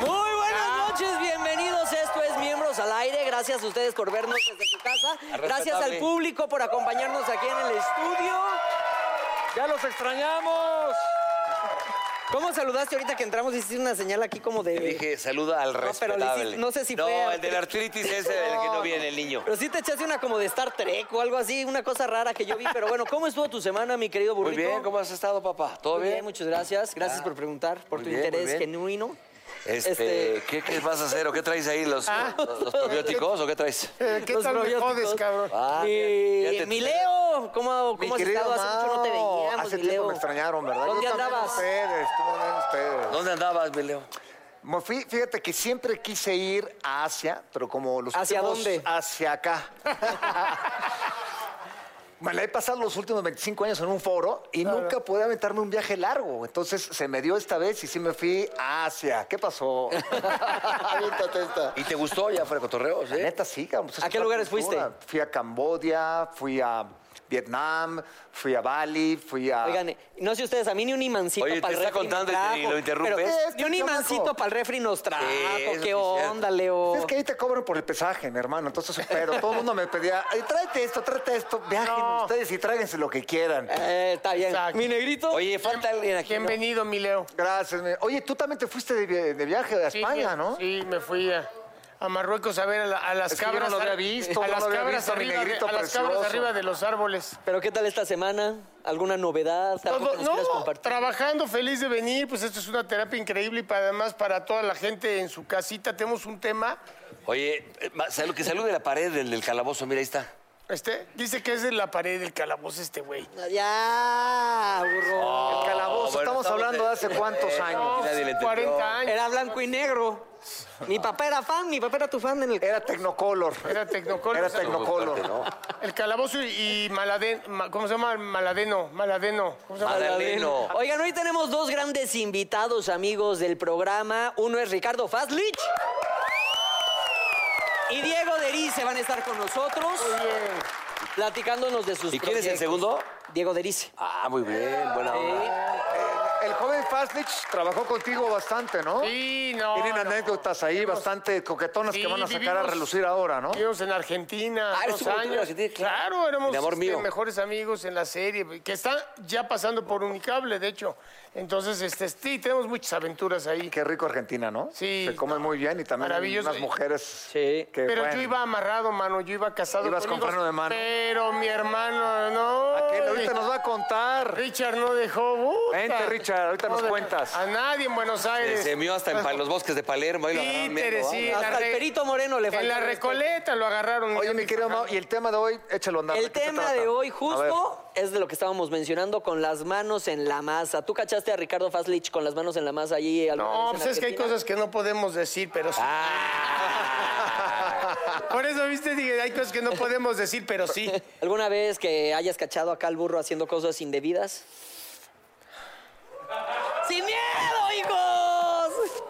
Muy Ah. buenas noches, bienvenidos. Esto es Miembros al Aire. Gracias a ustedes por vernos desde su casa. Ah, Gracias al público por acompañarnos aquí en el estudio. ¡Ya los extrañamos! ¿Cómo saludaste ahorita que entramos? Hiciste una señal aquí como de. Te dije, saluda al No, pero le respetable. hiciste- no sé si No, fue- el de la artritis es el que no viene, el niño. Pero sí te echaste una como de Star Trek o algo así, una cosa rara que yo vi. Pero bueno, ¿cómo estuvo tu semana, mi querido Muy burrito? bien, ¿cómo has estado, papá? ¿Todo Muy bien, bien? muchas gracias. Gracias por preguntar, por Muy tu bien, muy interés bien. genuino. Este, ¿qué, qué vas a hacer o qué traes ahí? ¿Los, Ah. los- los probióticos o qué traes? Eh, ¿Qué Los tal me probióticos. jodes, cabrón? Ah, Mi- ya te- mi Leo, ¿cómo, Mi cómo has querido estado? Hace mucho no te Mao, veíamos, Hace mi tiempo Leo. me extrañaron, ¿verdad? ¿Dónde Yo también andabas? Ustedes, tú también ustedes. ¿Dónde andabas, mi Leo? Me fui- fíjate que siempre quise ir a Asia, pero como los ¿Hacia últimos- dónde? Hacia acá. Me la he pasado los últimos 25 años en un foro y nunca pude aventarme un viaje largo. Entonces se me dio esta vez y sí me fui a Asia. ¿Qué pasó? Aviéntate esta. ¿Y te gustó ya fuera de cotorreos? La eh? neta sí, cabrón, pues es ¿A qué otra lugares cultura. fuiste? Fui a Camboya, fui a Vietnam, fui a Bali, fui a. Oigan, eh, no sé ustedes, a mí ni un imancito Oye, te para el está refri me contando y te- trajo, y lo interrumpes. pero Este Ni un chamaco. imancito para el refri nos trajo. eso sí ¿Qué es onda, cierto. Leo? Es que ahí te cobran por el pesaje, mi hermano. Entonces, pero todo el mundo me pedía, "Ay, tráete esto, tráete esto, viajen ustedes y tráiganse lo que quieran. Eh, está bien. Exacto. Mi negrito. Oye, falta alguien aquí. ¿no? Bienvenido, mi Leo. Gracias. mi- Oye, tú también te fuiste de, vi- de viaje a Sí, España, me- ¿no? Sí, me fui a, a Marruecos a ver a, la- a las Es que yo cabras. no lo había ar- visto, a no las lo había cabras visto, mi arriba, de, negrito a las cabras precioso. arriba de los árboles. ¿Pero qué tal esta semana? ¿Alguna novedad? ¿Algo que Todo- nos quieras no, compartir? trabajando, feliz de venir, pues esto es una terapia increíble y para, además para toda la gente en su casita tenemos un tema. Oye, eh, ma- salu- que salude la pared del, del calabozo, mira, ahí está. Este, dice que es de la pared del calabozo este güey. Ya, burro. Ah. El calabozo, bueno, estamos estamos hablando de hace de- cuántos años. nadie le entendió. 40 años, Era blanco y negro. Mi papá era fan, mi papá era tu fan en el... Era Tecnocolor. era tecnocolor. Era Exacto. Tecnocolor. Fuerte, ¿no? El calabozo y, y Maladeno, ¿cómo se llama? Maladeno, Maladeno. ¿Cómo se llama? Madaleno. Oigan, hoy tenemos dos grandes invitados amigos del programa. Uno es Ricardo Fazlich. Y Diego Derí se van a estar con nosotros platicándonos de sus ¿Y quién es el proyectos. segundo? Diego Derice. Ah, muy bien, buena onda. El joven Fastlich trabajó contigo bastante, ¿no? Sí, no. Tienen no. anécdotas ahí bastante coquetonas Sí, que van a sacar a vivimos- relucir ahora, ¿no? Vivimos en Argentina Ah, eres dos tú, tú eres años. argentino, claro. Claro, éramos El amor este, mío. mejores amigos en la serie, que está ya pasando por Unicable, de hecho. Entonces, este, sí, tenemos muchas aventuras ahí. Qué rico Argentina, ¿no? Sí. Se come muy bien y también hay Maravilloso. unas mujeres. Sí. que, pero bueno, yo iba amarrado, mano, yo iba casado Ibas con hijos, freno de mano. Pero mi hermano, no. Aquel ahorita nos va a contar. Richard no dejó. puta. Vente, Richard, ahorita nos dejó cuentas. A nadie en Buenos Se Aires. semió hasta en pa- los bosques de Palermo. Ahí lo agarraron Títeres, viendo, sí. ¿ah? en la Hasta el re- Perito Moreno le En faltó la el respeto. Recoleta lo agarraron. Oye, mi querido Mau, y el tema de hoy, échalo a andar. El ¿de qué se tema trata? de hoy A ver, justo es de lo que estábamos mencionando con las manos en la masa. ¿Tú cachaste a Ricardo Fazlich con las manos en la masa allí? alguna vez No, en pues es que hay Argentina? cosas que no podemos decir, pero sí. Ah. Por eso, viste, dije, hay cosas que no podemos decir, pero sí. ¿Alguna vez que hayas cachado acá al burro haciendo cosas indebidas? ¡Sin miedo, hijos!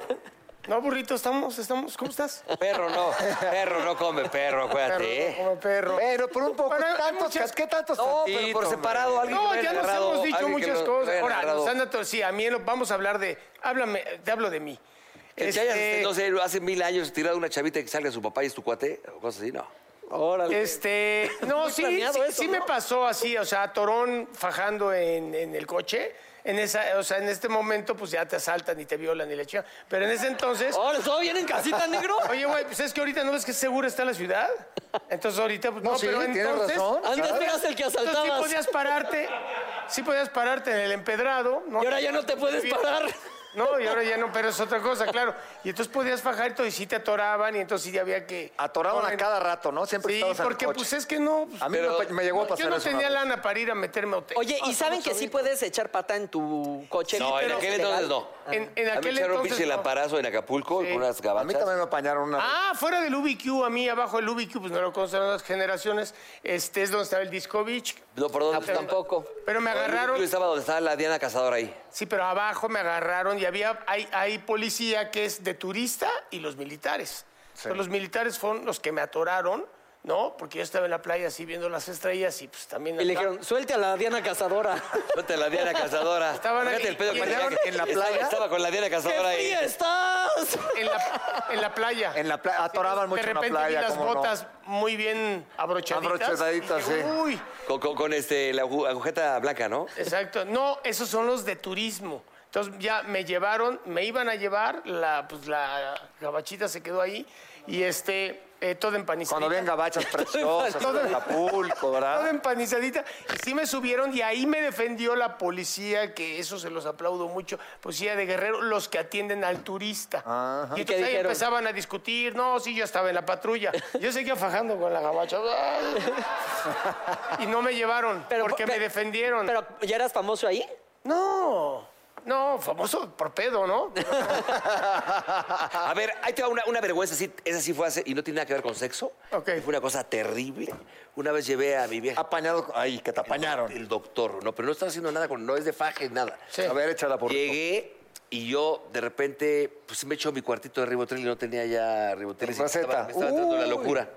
No, burrito, estamos, estamos. ¿Cómo estás? Perro no, perro no come perro, acuérdate, ¿eh? Como perro. Pero por un poco, Pero hay tantos, muchas- ¿qué tantos? No, pero tantitos, por separado alguien No, que lo ya haya nos agarrado, hemos dicho alguien que muchas lo- lo cosas. haya Ahora, agarrado. nos han ator- sí, a mí lo- vamos a hablar de. Háblame, te hablo de mí. Que te Este, hayas, no sé, hace mil años tirado una chavita que salga su papá y es tu cuate, o cosas así, no. Órale. Este, no, Muy sí, sí, planeado eso, sí ¿no? me pasó así, o sea, Torón fajando en, en el coche. En esa, o sea, en este momento, pues ya te asaltan y te violan y la chica. Pero en ese entonces. Ahora, ¿todo bien en casita, negro? Oye, güey, pues es que ahorita no ves que seguro está la ciudad. Entonces ahorita, pues no, No, sí, pero tienes entonces. razón. Antes eras el que entonces sí asaltabas. podías pararte, sí podías pararte en el empedrado. ¿no? Y ahora ya no te puedes parar. No, y ahora ya no, pero es otra cosa, claro. Y entonces podías fajar y todo, y sí te atoraban y entonces sí ya había que... Atoraban a Corren. cada rato, ¿no? Siempre Sí, estabas en el porque coche. pues es que no... pues, A mí me, me llegó a pasar yo no eso una tenía vez. lana para ir a meterme a hotel. Oye, No, ¿y saben no que sabía. sí puedes echar pata en tu coche? No, en pero- aquel legal. entonces no. En, en a mí aquel me echaron un pinche entonces... no. lamparazo en Acapulco Sí. con unas A mí gabachas. también me apañaron una vez. Ah, fuera del UBQ, a mí abajo del UBQ, pues no lo conocen las generaciones, este es donde estaba el Disco Beach, No, por Pues dónde Tampoco. Ah, pero me agarraron... Yo estaba donde estaba la Diana Cazador ahí. Sí, pero abajo me agarraron y había, hay, hay policía que es de turista y los militares. Entonces, los militares fueron los que me atoraron, ¿no? Porque yo estaba en la playa así viendo las estrellas y pues también... Y le acá- dijeron, suelte a la Diana Cazadora. Vete la Diana Cazadora. Estaban Fíjate ahí. el pedo que Llegaron tenía que- en la estaba- playa. Estaba con la Diana ¡Qué Cazadora ahí. fría estás! En la, en la playa. En la playa, atoraban mucho de en la repente playa, vi las cómo no. botas muy bien abrochaditas. Abrochaditas, Y dije, sí. Uy, Con, con- con, este, la agu- agujeta blanca, ¿no? exacto. No, esos son los de turismo. Entonces ya me llevaron, me iban a llevar, la, pues la gabachita se quedó ahí y este, eh, todo empanizado. Cuando habían gabachas preciosas, Todo- en Acapulco, Toda ¿verdad? empanizadita. Y sí me subieron y ahí me defendió la policía, que eso se los aplaudo mucho. Policía de Guerrero, los que atienden al turista. Y qué entonces ahí dijeron? empezaban a discutir. No, sí, yo estaba en la patrulla. Yo seguía fajando con la gabacha. y no me llevaron porque me pe- defendieron. ¿Pero ya eras famoso ahí? No, no, famoso por pedo, ¿no? A ver, ahí te va una, una vergüenza. Sí, esa sí fue hace, y no tiene nada que ver con sexo. Ok. Fue una cosa terrible. Una vez llevé a mi vieja. Apañado, ay, que te apañaron. El doctor, no, pero no estaba haciendo nada con, no es de faje, nada. Sí. A ver, échala por Llegué y yo de repente, pues me echó mi cuartito de Ribotril y no tenía ya Ribotril. y se me Receta. estaba- Me estaba entrando la locura.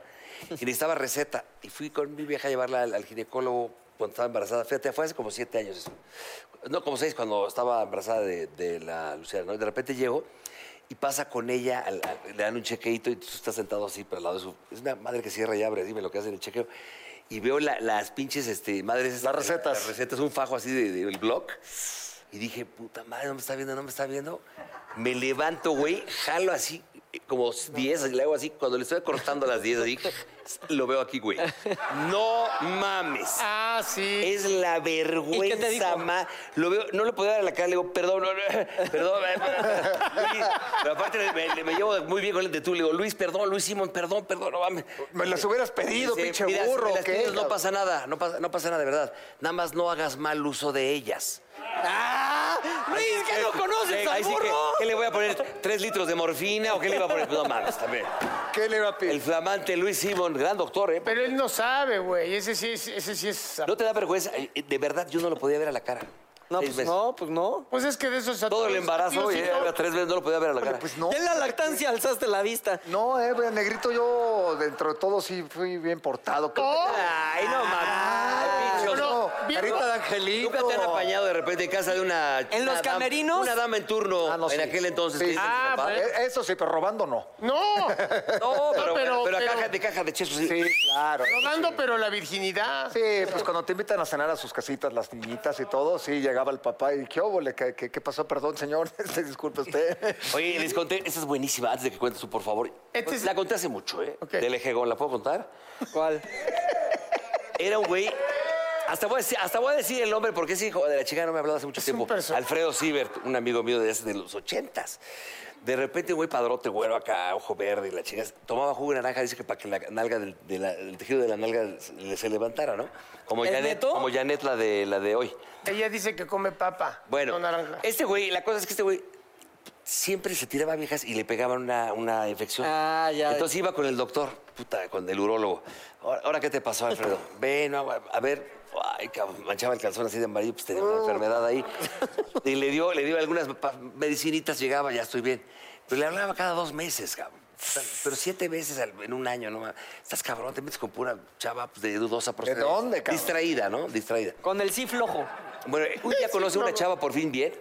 Y necesitaba receta. Y fui con mi vieja a llevarla al, al ginecólogo cuando estaba embarazada. Fíjate, fue hace como siete años eso. No, como seis, cuando estaba embarazada de, de la Luciana. ¿no? Y de repente llego y pasa con ella, al- al- le dan un chequeito y tú estás sentado así, pero al lado de su... Es una madre que cierra y abre, dime lo que hacen el chequeo. Y veo la- las pinches este, madres... esas- Las recetas. Las recetas, un fajo así del de, del blog. Y dije, puta madre, no me está viendo, no me está viendo. Me levanto, güey, jalo así, como 10, así, le hago así. Cuando le estoy cortando las 10, así, lo veo aquí, güey. No mames. ah, sí. Es la vergüenza, ¿Y qué te dijo? ma- Lo veo, no le podía dar a la cara, le digo, perdón, no, no, perdón. eh, Luis. Pero aparte me, me- me llevo muy bien con el de tú. Le digo, Luis, perdón, Luis Simón, perdón, perdón, no mames. Me las hubieras pedido, Dice, pinche "Mira, si me burro, las ¿qué, pides, No cabrón?" pasa nada, no pasa, no pasa nada, de verdad. Nada más no hagas mal uso de ellas. Luis, ¿qué no conoces Eh, al ahí sí que, burro? ¿Qué le voy a poner? ¿Tres litros de morfina o qué le iba a poner? No mames, también. ¿Qué le iba a pedir? El flamante Luis Simón, gran doctor, ¿eh? Pero él no sabe, güey. Ese sí es... Ese sí es... ¿No te da vergüenza? Eh, eh, De verdad, yo no lo podía ver a la cara. No, Seis pues veces. no, pues no. Pues es que de esos... Todo el embarazo, Tío, y sí, era tres veces no lo podía ver a la cara. Pues no. Ya en la lactancia alzaste la vista. No, eh, güey, negrito, yo dentro de todo sí fui bien portado. creo que- Ay, no mames. no, Bichos. no, carita de angelito. Nunca te han apañado de repente en casa de una. ¿En los una dama- camerinos? Una dama en turno Ah, no, en sí. aquel entonces. Sí. que dicen tus Ah, papás. Eh, Eso sí, pero robando no. No, No, pero, No, pero, pero- a pero- caja de caja de chesos. Sí, claro. robando, pero la virginidad. Sí, pues cuando te invitan a cenar a sus casitas, las niñitas y todo, sí, llegaba el papá y ¿qué óvole? ¿Qué, qué, qué pasó? Perdón, señor, este, disculpe usted. Oye, les conté, esa es buenísima, antes de que cuentes tú, por favor. Este es- La conté hace mucho, ¿eh? Ok. Del Ejegón, ¿la puedo contar? ¿Cuál? Era un güey. Hasta voy, a decir, hasta voy a decir el nombre porque ese hijo de la chica no me ha hablado hace mucho Es un tiempo. perso- Alfredo Siebert, un amigo mío de, hace- de los ochentas. De repente, un güey padrote, güero acá, ojo verde, y la chica tomaba jugo de naranja, dice que para que la nalga del, de la- el tejido de la nalga se- le- se levantara, ¿no? Como ¿El Janet, neto? como Janet la de, la de hoy. Ella dice que come papa. Bueno, Con naranja. este güey, la cosa es que este güey siempre se tiraba a viejas y le pegaban una, una infección. Ah, ya. Entonces iba con el doctor, puta, con el urólogo. Ahora, ahora, ¿qué te pasó, Alfredo? Ven, no, a ver. Ay, cabrón, manchaba el calzón así de amarillo, pues tenía una enfermedad ahí. Y le dio, le dio algunas pa- medicinitas, llegaba, ya estoy bien. Pero le hablaba cada dos meses, cabrón. O sea, Pero siete veces al- en un año, no mames. Estás cabrón, te metes con pura chava pues, de dudosa procedencia. dónde, cabrón? Distraída, ¿no? Distraída. Con el sí flojo. Bueno, un día conoce a una chava por fin bien.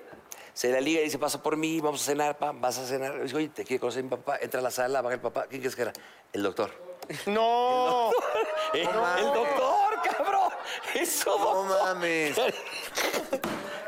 Se la liga y dice, pasa por mí, vamos a cenar, pa, vas a cenar. Le Dice, oye, te quiere conocer mi papá. Entra a la sala, baja el papá. ¿Quién crees que era? El doctor. No. ¿Eh? ¡El doctor, cabrón! ¡Eso, No doctor! mames.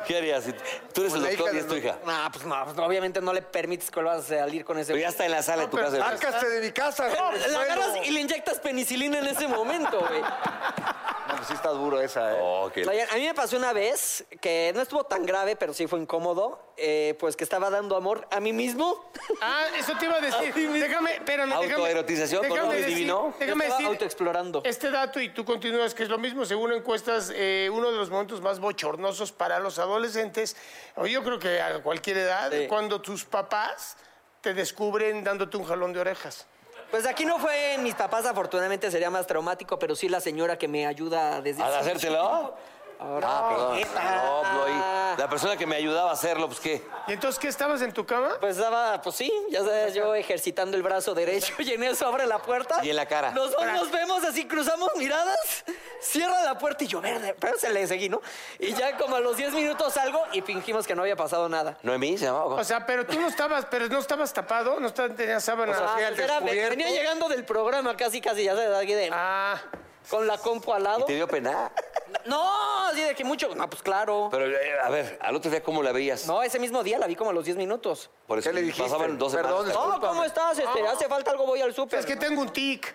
¿Qué harías? si Tú eres el la doctor hija y es tu del hija. No, pues no, pues, obviamente no le permites que vas a salir con ese. Pero ya está en la sala de tu casa. Sácaste de mi casa, güey. La agarras Bueno. y le inyectas penicilina en ese momento, güey. No, pues sí está duro esa, ¿eh? Oh, qué- Oigan, a mí me pasó una vez que no estuvo tan grave, pero sí fue incómodo, eh, pues que estaba dando amor a mí mismo. Ah, eso te iba a decir. Déjame, espérame. déjame- Autoerotización con déjame hombre decir- divino. Déjame Yo estaba decir. autoexplorando. Este dato, y tú continúas, que es lo mismo, según encuestas, eh, uno de los momentos más bochornosos para los adolescentes, o yo creo que a cualquier edad, Sí. cuando tus papás te descubren dándote un jalón de orejas. Pues aquí no fue en mis papás, afortunadamente sería más traumático, pero sí la señora que me ayuda desde. ¿Al hacértelo? Ah, perdón. No, no, ahí. La persona que me ayudaba a hacerlo, pues qué. ¿Y entonces qué estabas en tu cama? Pues estaba, pues sí, ya sabes, yo ejercitando el brazo derecho y en eso abre la puerta. Y en la cara. Los dos nos vemos así, cruzamos miradas, cierra la puerta y yo, verde, pero se le seguí, ¿no? Y ya como a los 10 minutos salgo y fingimos que no había pasado nada. ¿Noemí se llamaba? O sea, pero tú no estabas, pero no estabas tapado, no estabas, tenías sábana. Ah, pues era- venía llegando del programa casi, casi, ya sabes, aquí de- Ah, con la compu al lado. ¿Te dio pena? No, así de que mucho. No, pues claro. Pero, eh, a ver, al otro día, ¿cómo la veías? No, ese mismo día la vi como a los 10 minutos. Por eso ¿Qué le dijiste? Pasaban dos semanas. Perdón, No, ¿cómo estás? Este, hace falta algo, voy al súper. es que tengo un tic.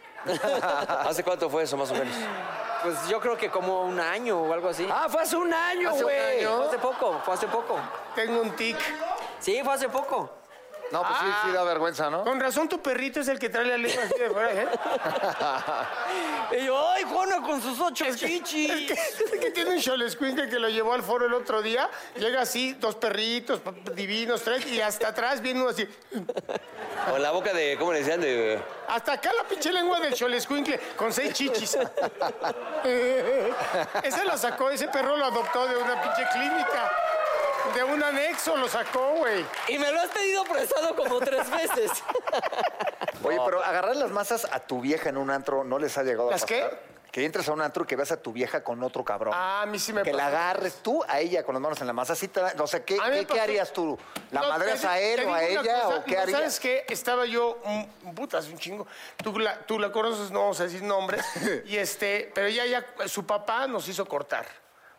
¿Hace cuánto fue eso, más o menos? Pues yo creo que como un año o algo así. Ah, fue hace un año, ¿Hace un güey. año? Fue hace poco, fue hace poco. Tengo un tic. Sí, fue hace poco. No, pues sí, sí da vergüenza, ¿no? Con razón tu perrito es el que trae la lengua así de fuera, ¿eh? Y yo, ay, Juana con sus ocho Es que- chichis. Es que tiene un cholescuinque que lo llevó al foro el otro día. Llega así, dos perritos pa- divinos, tres, y hasta atrás viene uno así. O la boca de, ¿cómo le decían? De, Hasta acá la pinche lengua del cholescuinque con seis chichis. ese lo sacó, ese perro lo adoptó de una pinche clínica. De un anexo lo sacó, güey. Y me lo has pedido prestado como tres veces. Oye, pero agarrar las masas a tu vieja en un antro no les ha llegado ¿Las a qué? pasar. Que entres a un antro y que veas a tu vieja con otro cabrón. Ah, a mí sí me Que la pasó. agarres tú a ella con las manos en la masa. Así te da- o sea, ¿qué, A mí me qué- qué pasó- harías tú? ¿La No, madreas te di- a él te o a digo una ella? cosa, ¿O qué no, harías? ¿Sabes qué? Estaba yo, mm, putas, un chingo. Tú la, tú la conoces, no vamos a decir nombres. y este, pero ella ya, su papá nos hizo cortar,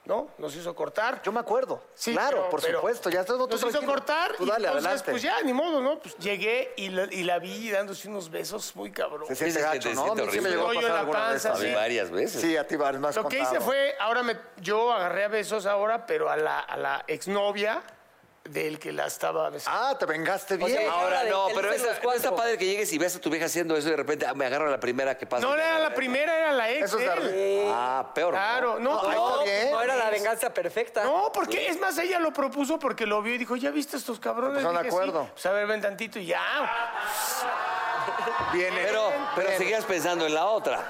¿no? Nos hizo cortar. Yo me acuerdo. Sí, claro, pero- por pero supuesto. Ya todo Nos hizo cortar Tú y dale, entonces, adelante. pues ya, ni modo, ¿no? Pues llegué y la, y la vi dándose unos besos muy cabrón. Se siente Sí, se gacho, siente- ¿no? A siente mí sí me horrible. llegó a Rollo en pasar la alguna vez panza, de también. varias veces. Sí, a ti varias más Lo que hice fue, ahora me, yo agarré a besos ahora, pero a la, a la exnovia del que la estaba besando. Ah, te vengaste bien. sea, Ahora Ahora no, de- pero él hizo esa- los no cuatro. está padre que llegues y veas a tu vieja haciendo eso y de repente ah, me agarro a la primera que pasa. no era la primera, era la ex. Eso es de él. terrible. Ah, peor. ¿no? Claro, no, No, ahí no. está bien. bien. no era la venganza perfecta. No, porque es más, ella lo propuso porque lo vio y dijo, ya viste estos Pues, cabrones. son de Dije, sí. acuerdo. Pues a ver, ven tantito y ya. Viene. Pero, pero seguías pensando en la otra.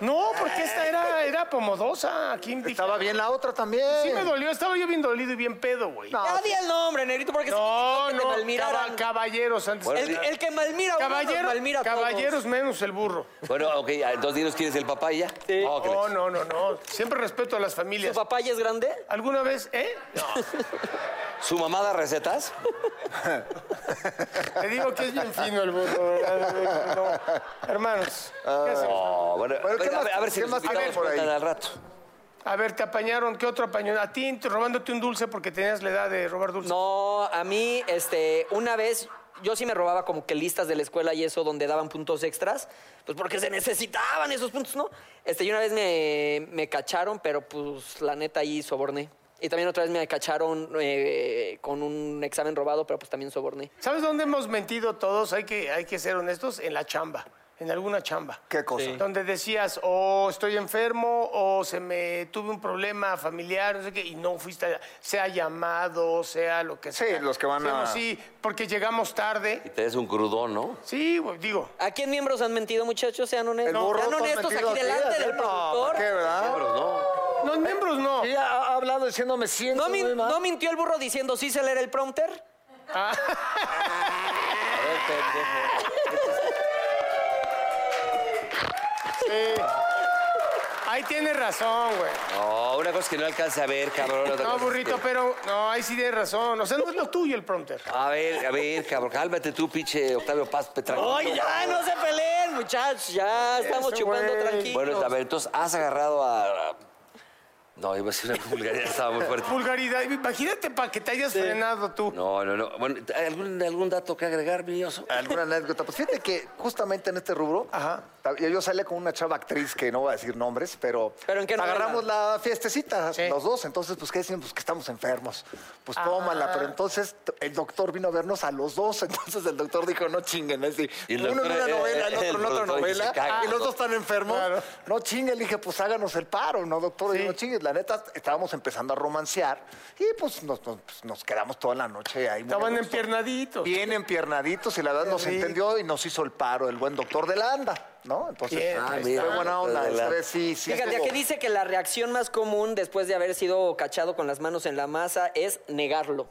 No, porque esta era, era pomodosa. Aquí dije, Estaba bien la otra también. Sí me dolió, estaba yo bien dolido y bien pedo, güey. No, Ya di el nombre, Negrito, porque no, si no, que te malmiraran. caba- caballeros antes. Bueno, el, el que malmira, a uno, nos Caballero- malmira a todos. caballeros menos el burro. Bueno, ok, ah, entonces dinos quién es el papá y ya. Sí. No, no, no, no. Siempre respeto a las ¿Tu familias. papá ya es grande? ¿Alguna vez, eh? ¿Su mamá da recetas? Te digo que es bien fino el burro. ¿verdad? No. Hermanos, ¿qué hacemos? No, bueno, Bueno, ¿qué Pues, a, ver, más- a ver si qué los más invitados tienen por ahí? cuentan al rato. A ver, te apañaron, ¿qué otro apañón? A ti, te- robándote un dulce porque tenías la edad de robar dulce. No, a mí, este, una vez yo sí me robaba como que listas de la escuela y eso donde daban puntos extras, pues porque se necesitaban esos puntos, ¿no? Este, y una vez me, me cacharon, pero pues la neta ahí soborné. Y también otra vez me cacharon eh, con un examen robado, pero pues también soborné. ¿Sabes dónde hemos mentido todos? Hay que, hay que ser honestos. En la chamba, en alguna chamba. ¿Qué cosa? Donde decías, o estoy enfermo, o se me tuve un problema familiar, no sé qué, y no fuiste, a- sea llamado, sea lo que Sí, sea. los que van a- Sí, porque llegamos tarde. Y te des un crudón, ¿no? Sí, güey, digo, ¿A quién miembros han mentido, muchachos? Sean honestos. El burro Sean tú has honestos mentido aquí a ti, delante ¿a ti del no? productor. ¿Qué, verdad? los miembros no. Ella ha, ha hablado diciéndome siento ¿No, min- muy mal. no mintió el burro diciendo sí se le era el prompter? A ver, Sí. Ahí tienes razón, güey. No, una cosa es que no alcanza a ver, cabrón. otra cosa No, es burrito, que- pero. No, ahí sí tienes razón. O sea, no es lo tuyo el prompter. A ver, a ver, cabrón, cálmate tú, pinche Octavio Paz Petragón. ¡Ay, ya! ¡No se peleen, muchachos! Ya, estamos chupando güey. tranquilos. Bueno, a ver, entonces has agarrado a. a- No, iba a ser una vulgaridad, estaba muy fuerte. Vulgaridad. Imagínate para que te hayas frenado tú. No, no, no. Bueno, ¿algún, algún dato que agregar, mi oso? alguna anécdota. Pues fíjate que justamente en este rubro, Ajá. yo, yo salía con una chava actriz que no voy a decir nombres, pero, ¿Pero en qué novela? agarramos la fiestecita, Sí. los dos. Entonces, pues, ¿qué decimos? Pues que estamos enfermos. Pues tómala, pero entonces t- el doctor vino a vernos a los dos. Entonces el doctor dijo, no chinguen, es decir, Y el uno en doctor, una eh, novela, el eh, otro el en otra doctor dice, novela, "Se caga". y los dos están enfermos. Claro. No chinguen, le dije, pues háganos el paro, ¿no, doctor? Y no chinguen. La neta, estábamos empezando a romancear y pues nos, nos- pues, nos quedamos toda la noche ahí. muy a Estaban gusto. empiernaditos. Bien empiernaditos y la verdad nos rico. entendió y nos hizo el paro el buen doctor de la anda, ¿no? Entonces, Bien, Ah, ahí fue mira. está. buena onda. De la esa Anda. vez sí, sí. Fíjate, estuvo. aquí dice que la reacción más común después de haber sido cachado con las manos en la masa es negarlo.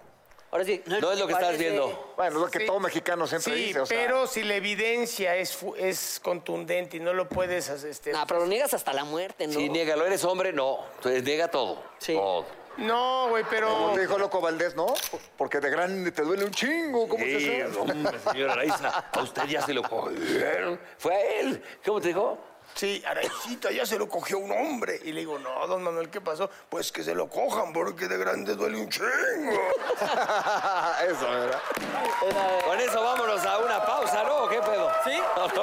Ahora sí. No es lo que parece- estás viendo. Bueno, es lo que Sí. todo mexicano siempre Sí, dice. o sea, pero si la evidencia es, fu- es contundente y no lo puedes hacer. este, Nah, pero lo niegas hasta la muerte, ¿no? Si niégalo, eres hombre, no. Entonces niega todo. Sí. Todo. No, güey, pero. Como te dijo Loco Valdés, ¿no? Porque de grande te duele un chingo. ¿Cómo se Sí, hace? hombre, señora Araiza, a usted ya se lo cogieron. Fue a él. ¿Cómo te dijo? Sí, Araicita, ya se lo cogió un hombre. Y le digo, no, don Manuel, ¿qué pasó? Pues que se lo cojan, porque de grande duele un chingo. Eso, ¿verdad? Con eso vámonos a una pausa, ¿no? ¿Qué pedo? ¿Sí?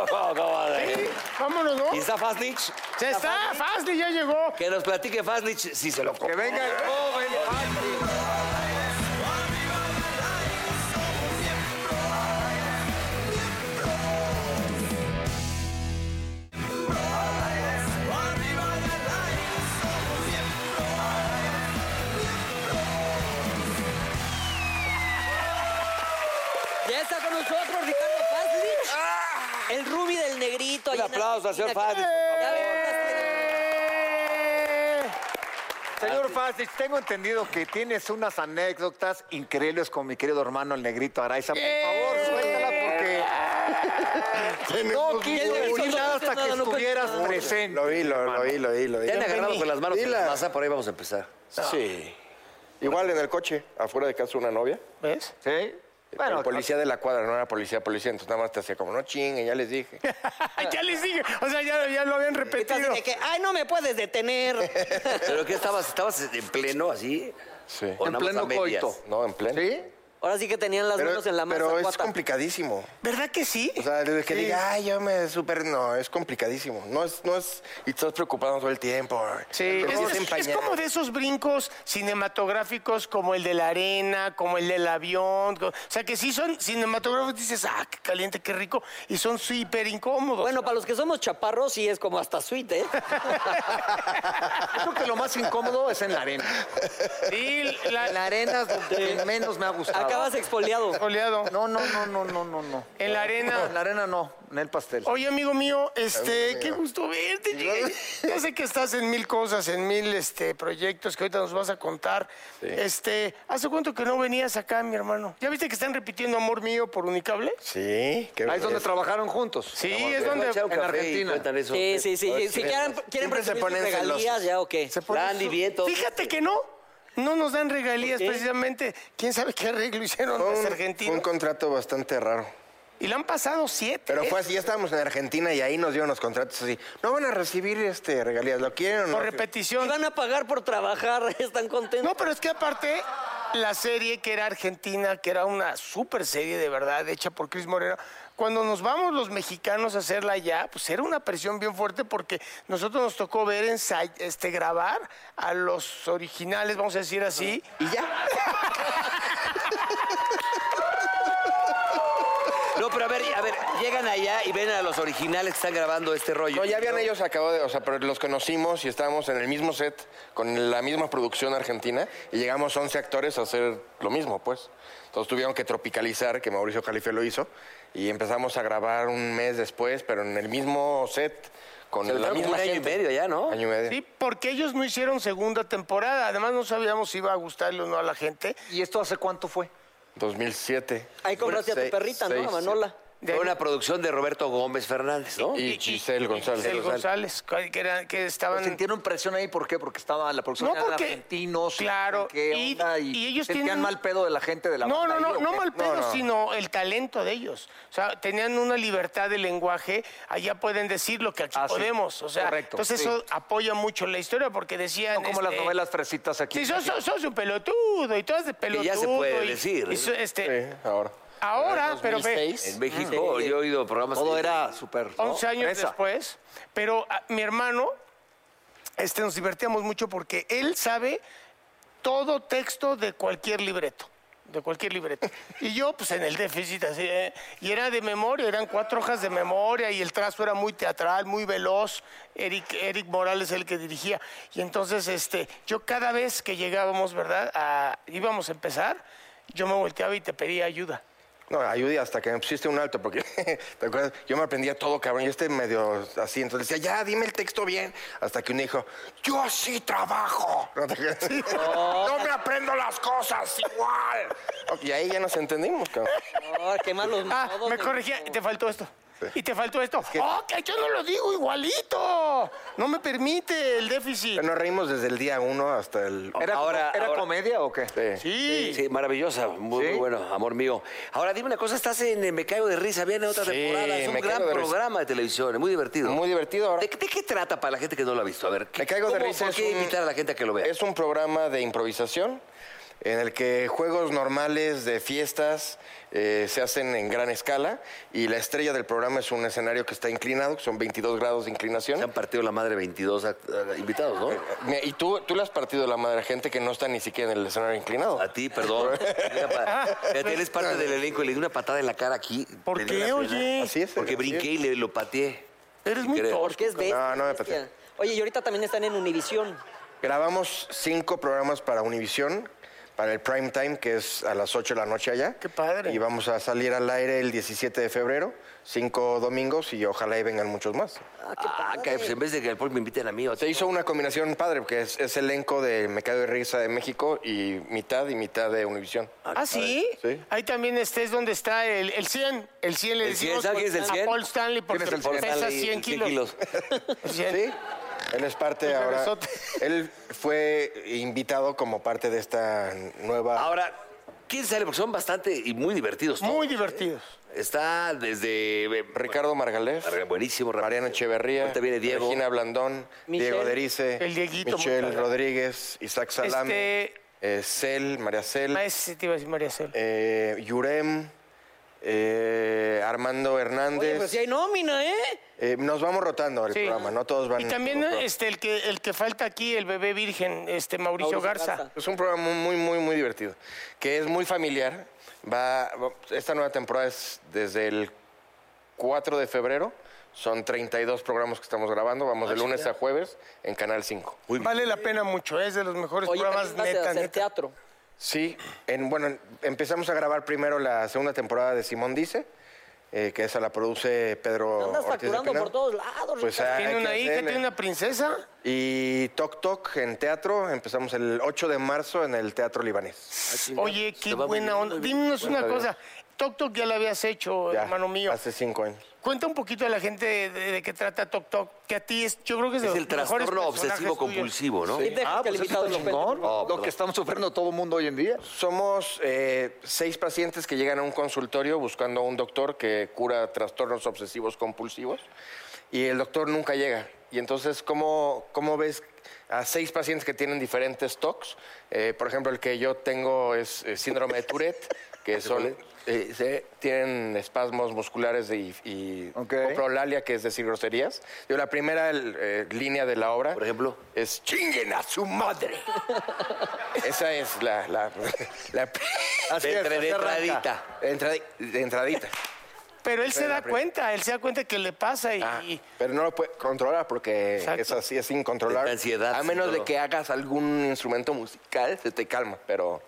No, no, no, no, no. Vámonos, ¿no? ¿Y está Fastlich? Ya está, Fazli ya llegó. Que nos platique Fastlich si se lo coge. Que venga el joven. Ya está con nosotros Ricardo Fazlich. El rubi del negrito. ¡Ah! Un ahí en aplauso Argentina. al señor Fastlich. Ya ven, Señor Fácil, tengo entendido que tienes unas anécdotas increíbles con mi querido hermano el negrito Araiza. Por Eh. favor, suéltala porque. no quise millones. decir nada hasta que No, no, no, estuvieras no. presente. Lo vi, lo, lo vi, lo vi, lo vi. Ya han agarrado con las manos en la Dila. masa, por ahí vamos a empezar. Sí. Igual en el coche, afuera de casa una novia. ¿Ves? ¿Sí? el policía de la cuadra, no era policía, policía, entonces nada más te hacía como, no chingue, ya les dije. ya les dije. O sea, ya, ya lo habían Entonces, repetido. de que, ay, no me puedes detener. ¿Pero qué estabas? ¿Estabas en pleno así? Sí. ¿O nada En más pleno a medias? coito. No, en pleno. ¿Sí? Ahora sí que tenían las Pero, manos en la masa. pero es cuata. complicadísimo. ¿Verdad que sí? O sea, desde que Sí. diga, ay, yo me super... No, es complicadísimo. No es, no es... Y estás preocupado todo el tiempo. Sí, Te es, pones es- es empañado. como de esos brincos cinematográficos como el de la arena, como el del avión. co- O sea, que sí son cinematográficos, dices, ah, qué caliente, qué rico, y son súper incómodos. Bueno, para los que somos chaparros, sí es como hasta suite, ¿eh? Yo creo que lo más incómodo es en la arena. sí, la- En la arena es donde menos me ha gustado. Acabas expoliado. Oleado. No, no, no, no, no, no, no. En la arena. En la arena no, en el pastel. Oye, amigo mío, este, qué gusto verte. chica. Ya sé que estás en mil cosas, en mil este, proyectos que ahorita nos vas a contar. Este, ¿hace cuánto que no venías acá, mi hermano? ¿Ya viste que están repitiendo Amor Mío por Unicable? Sí, qué Ahí es donde belleza. trabajaron juntos. Sí, Vamos, es voy a donde echar un en café y Argentina. cuentan eso. Sí, sí, sí. A ver sí. si Si ven. quieren, quieren Siempre se presumir sus ponen regalías, celosos. ya o qué. Randy, bien, todo. Fíjate que no. No nos dan regalías precisamente. ¿Quién sabe qué arreglo hicieron Fue los un- argentinos? un contrato bastante raro. Y le han pasado siete. Pero ¿eh? fue así, ya estábamos en Argentina y ahí nos dieron los contratos así. No van a recibir este regalías, ¿lo quieren o no? Por repetición. Y van a pagar por trabajar, están contentos. No, pero es que aparte, la serie que era argentina, que era una super serie de verdad, hecha por Cris Moreno, cuando nos vamos los mexicanos a hacerla allá, pues era una presión bien fuerte porque nosotros nos tocó ver, ensay- este, grabar a los originales, vamos a decir así. Y ya. No, pero a ver, a ver, llegan allá y ven a los originales que están grabando este rollo. No, ya habían ellos acabado de, o sea, pero los conocimos y estábamos en el mismo set con la misma producción argentina y llegamos 11 actores a hacer lo mismo, pues. Entonces tuvieron que tropicalizar, que Mauricio Jalife lo hizo, y empezamos a grabar un mes después, pero en el mismo set, con Se la duraron como misma un año y gente. medio ya, ¿no? Año y medio. Sí, porque ellos no hicieron segunda temporada. Además, no sabíamos si iba a gustarle o no a la gente. ¿Y esto hace cuánto fue? 2007. Ahí compraste a tu Seis- perrita, ¿no? seis, A Manola. siete. De- Fue una producción de Roberto Gómez Fernández, ¿no? Y Giselle González. Giselle González, que, era- que estaban... Sintieron presión ahí, ¿por qué? Porque estaba la producción No, era de porque- argentinos. claro, ¿qué y- onda? Y, y ellos sentían tienen- mal pedo de la gente de la No, banda no, no, ahí, ¿o no qué? mal pedo, no. sino el talento de ellos. O sea, tenían una libertad de lenguaje, allá pueden decir lo que aquí Ah, sí. podemos. O sea, Correcto, entonces sí. eso apoya mucho la historia porque decían. No como las este, novelas fresitas aquí. Sí, sos, sos- sos un pelotudo y todas de pelotudo. Que ya se puede y- decir, y so- ¿eh? este, Sí, ahora. Ahora, pero ve- 2006. En México yo he oído programas... Todo que- era súper. ¿no? 11 años Fresa. después, pero ah, mi hermano, este, nos divertíamos mucho porque él sabe todo texto de cualquier libreto. De cualquier libreto. Y yo, pues en el déficit, así. ¿eh? Y era de memoria, eran cuatro hojas de memoria y el trazo era muy teatral, muy veloz. Eric, Eric Morales el que dirigía. Y entonces, este, yo cada vez que llegábamos, ¿verdad? A- íbamos a empezar, yo me volteaba y te pedía ayuda. No, ayudé hasta que me pusiste un alto, porque ¿te acuerdas? yo me aprendía todo, cabrón. Yo este medio así, entonces decía, ya, dime el texto bien. Hasta que un hijo, yo sí trabajo. No, te creas. No me aprendo las cosas igual. Ok, Y ahí ya nos entendimos, cabrón. No, qué malos Ah, modos, me mi- corregía, y te faltó esto. Y te faltó esto. ¡Oh, que yo no lo digo igualito! No me permite el déficit. Pero nos reímos desde el día uno hasta el. ¿Era, Ahora- ¿era ahora- comedia o qué? Sí. Sí. Sí, maravillosa, muy, ¿Sí? muy bueno, amor mío. Ahora dime una cosa, estás en eh, Me Caigo de Risa, viene otra Sí, temporada, es un Me Caigo gran de Risa. programa de televisión, es muy divertido. Muy divertido ahora. ¿De, de qué trata para la gente que no lo ha visto? A ver, ¿qué- Me caigo de cómo- risa. ¿Por es qué un- invitar a la gente a que lo vea? Es un programa de improvisación en el que juegos normales de fiestas eh, se hacen en gran escala y la estrella del programa es un escenario que está inclinado, que son 22 grados de inclinación. Se han partido la madre 22 act- eh, invitados, ¿no? Mira, y tú, tú le has partido la madre a gente que no está ni siquiera en el escenario inclinado. A ti, perdón. Mira, pa- Fíjate, eres parte del elenco y le di una patada en la cara aquí. ¿Por Le di qué, la pena. oye? Así es, Porque así brinqué y le lo pateé. Eres Sin muy querer. Porque es bestia. No, no me bestia. pateé. Oye, y ahorita también están en Univisión. Grabamos cinco programas para Univisión, para el prime time, que es a las 8 de la noche allá. Qué padre. Y vamos a salir al aire el 17 de febrero, cinco domingos, y ojalá y vengan muchos más. Ah, cae, pues en vez de que al Paul me inviten a mí, o Se hizo una combinación padre, porque es, es elenco de Me Cago de Risa de México y mitad y mitad de Univisión. ¿Ah, sí? Sí. Ahí también este es donde está el, el 100. El 100 le ¿El 100? decimos ¿Sabes quién es el a 100? Paul Stanley porque ¿Quién es el 100? pesa Stanley, 100 100 kilos. kilos. El 100. Sí, él es parte ahora. besote. Él fue invitado como parte de esta nueva. Ahora, ¿quién sale? Porque son bastante y muy divertidos. todos. Muy divertidos. Está desde eh, Ricardo Margalef. Mar- buenísimo, Ra- Mariano Echeverría, Ahorita viene Diego. Regina Blandón, Michelle, Diego Derice, el Dieguito, Michelle muchas gracias. Rodríguez, Isaac Salame, Este- eh, Cel, María Cel, Ah, ese te iba a decir María Cel. eh, Yurem, eh, Armando Oye, Hernández. pero si hay nómina, ¿eh? Eh, nos vamos rotando el pues, Sí. programa, no todos van. Y también por- por- este, el, que, el que falta aquí, el bebé virgen, este Mauricio Mauricio, Garza. Garza. Es un programa muy, muy, muy divertido, que es muy familiar. Va, va- esta nueva temporada es desde el 4 de febrero. Son 32 programas que estamos grabando. Ah, Vamos de lunes a jueves en Canal 5. Vale la pena mucho, es de los Pues mejores Oye, programas, también vas a neta, hacer neta. teatro. Sí, en, bueno, en- empezamos a grabar primero la segunda temporada de Simón Dice, eh, que esa la produce Pedro Andas Ortiz de facturando Pinal. por todos lados, Pues, Ricardo. ah, hay Tiene que una hija, hacerle. tiene una princesa. Y Toc Toc en teatro, empezamos el 8 de marzo en el Teatro Libanés. Oye, qué buena onda. Dinos una cosa. Toc Toc ya la habías hecho, Ya, hermano mío. Hace cinco años. Cuenta un poquito a la gente de, de qué trata Toc Toc, que a ti es, yo creo que es, de es los el mejores trastorno personajes obsesivo tuyos. compulsivo, ¿no? Y Ah, Ah, deja pues, pues que el invitado lo cuente. lo que estamos sufriendo todo el mundo hoy en Pues, día. Somos eh, seis pacientes que llegan a un consultorio buscando a un doctor que cura trastornos obsesivos compulsivos y el doctor nunca llega. Y entonces, ¿cómo, cómo ves a seis pacientes que tienen diferentes TOCs? Eh, por ejemplo, el que yo tengo es eh, síndrome de Tourette, que son, eh, se- tienen espasmos musculares y, y Ok. coprolalia, que es decir groserías. Yo la primera el, eh, línea de la obra, Por ejemplo. es chinguen a su madre. Esa es la, la, la- Así De es, entre- así de arranca. entradita. entradi- de entradita. Pero él se la da prim- cuenta, él se da cuenta que le pasa y, Ah, y- pero no lo puede controlar porque Exacto. es así, es incontrolable. Esta ansiedad, a menos sí, de no. que hagas algún instrumento musical, se te calma, pero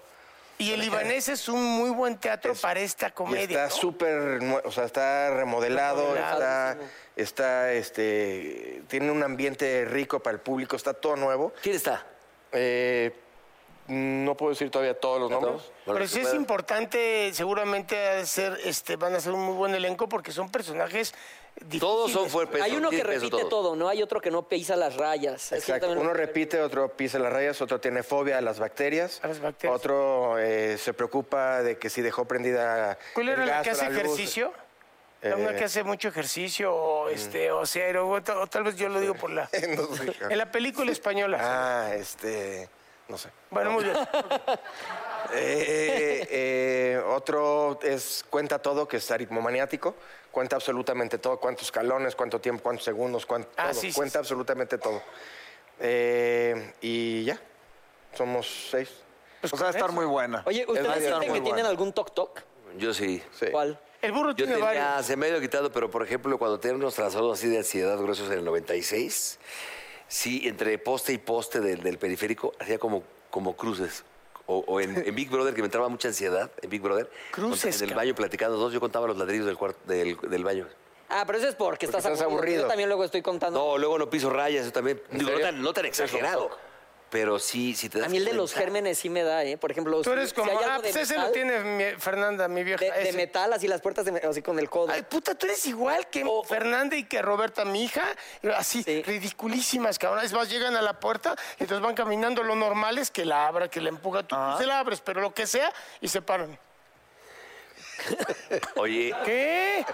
y el libanés es un muy buen teatro para esta y comedia. está ¿no? súper, nue- o sea, está remodelado, está, Remodeladísimo. está, este, tiene un ambiente rico para el público, está todo nuevo. ¿Quién está? Eh, No puedo decir todavía todos los nombres. Bueno, Pero sí es puede- importante, seguramente ha de ser, este, van a ser un muy buen elenco porque son personajes difíciles. Todos son fuertes. Hay uno que repite todo, ¿no? Hay otro que no pisa las rayas. Es que yo Exacto. también- Uno repite, otro pisa las rayas, otro tiene fobia a las bacterias. A las bacterias. Otro eh, se preocupa de que si dejó prendida. ¿Cuál el era la gas que o hace luz. ejercicio? La una Eh. que hace mucho ejercicio, o, este, o sea, o, ta- o tal vez yo lo digo por la... Eh, No sé. En la película española. Ah, este. No sé. Bueno, muy bien. Eh, eh, otro es cuenta todo, que es aritmomaniático. Cuenta absolutamente todo, cuántos calones, cuánto tiempo, cuántos segundos, cuánto, Ah, todo. sí, sí, cuenta sí. absolutamente todo. Eh, y ya, somos seis. o sea, va a Pues, estar muy buena. Oye, ¿ustedes varias, sienten que muy bueno. tienen algún toc-toc? Yo sí. Sí. ¿Cuál? El burro Yo tiene varios. tenía, se me ha ido quitando, pero por ejemplo, cuando tenía unos trastornos así de ansiedad gruesos en el 96, sí, entre poste y poste del, del periférico, hacía como, como cruces. O, o en, en Big Brother, que me entraba mucha ansiedad, en Big Brother. Cruces, En el cabrón. baño platicando dos, yo contaba los ladrillos del, cuarto, del, del baño. Ah, pero eso es porque, estás, estás aburrido. Yo también luego estoy contando. No, luego no piso rayas, yo también. Digo, no serio? tan, no tan exagerado. Pero sí, sí te das a mí el de los cuenta. gérmenes sí me da, ¿eh? Por ejemplo, Tú eres si- como... si hay algo ah, pues de ese metal, lo tiene mi- Fernanda, mi vieja. De, de ese. metal, así las puertas, de me- así con el codo. Ay, puta, tú eres igual que Fernanda y que Roberta, mi hija. Así, Sí. ridiculísimas, cabrón. Es más, llegan a la puerta y entonces van caminando. Lo normal es que la abra, que la empuja. Tú, tú se la abres, pero lo que sea, y se paran. Oye, ¿Qué?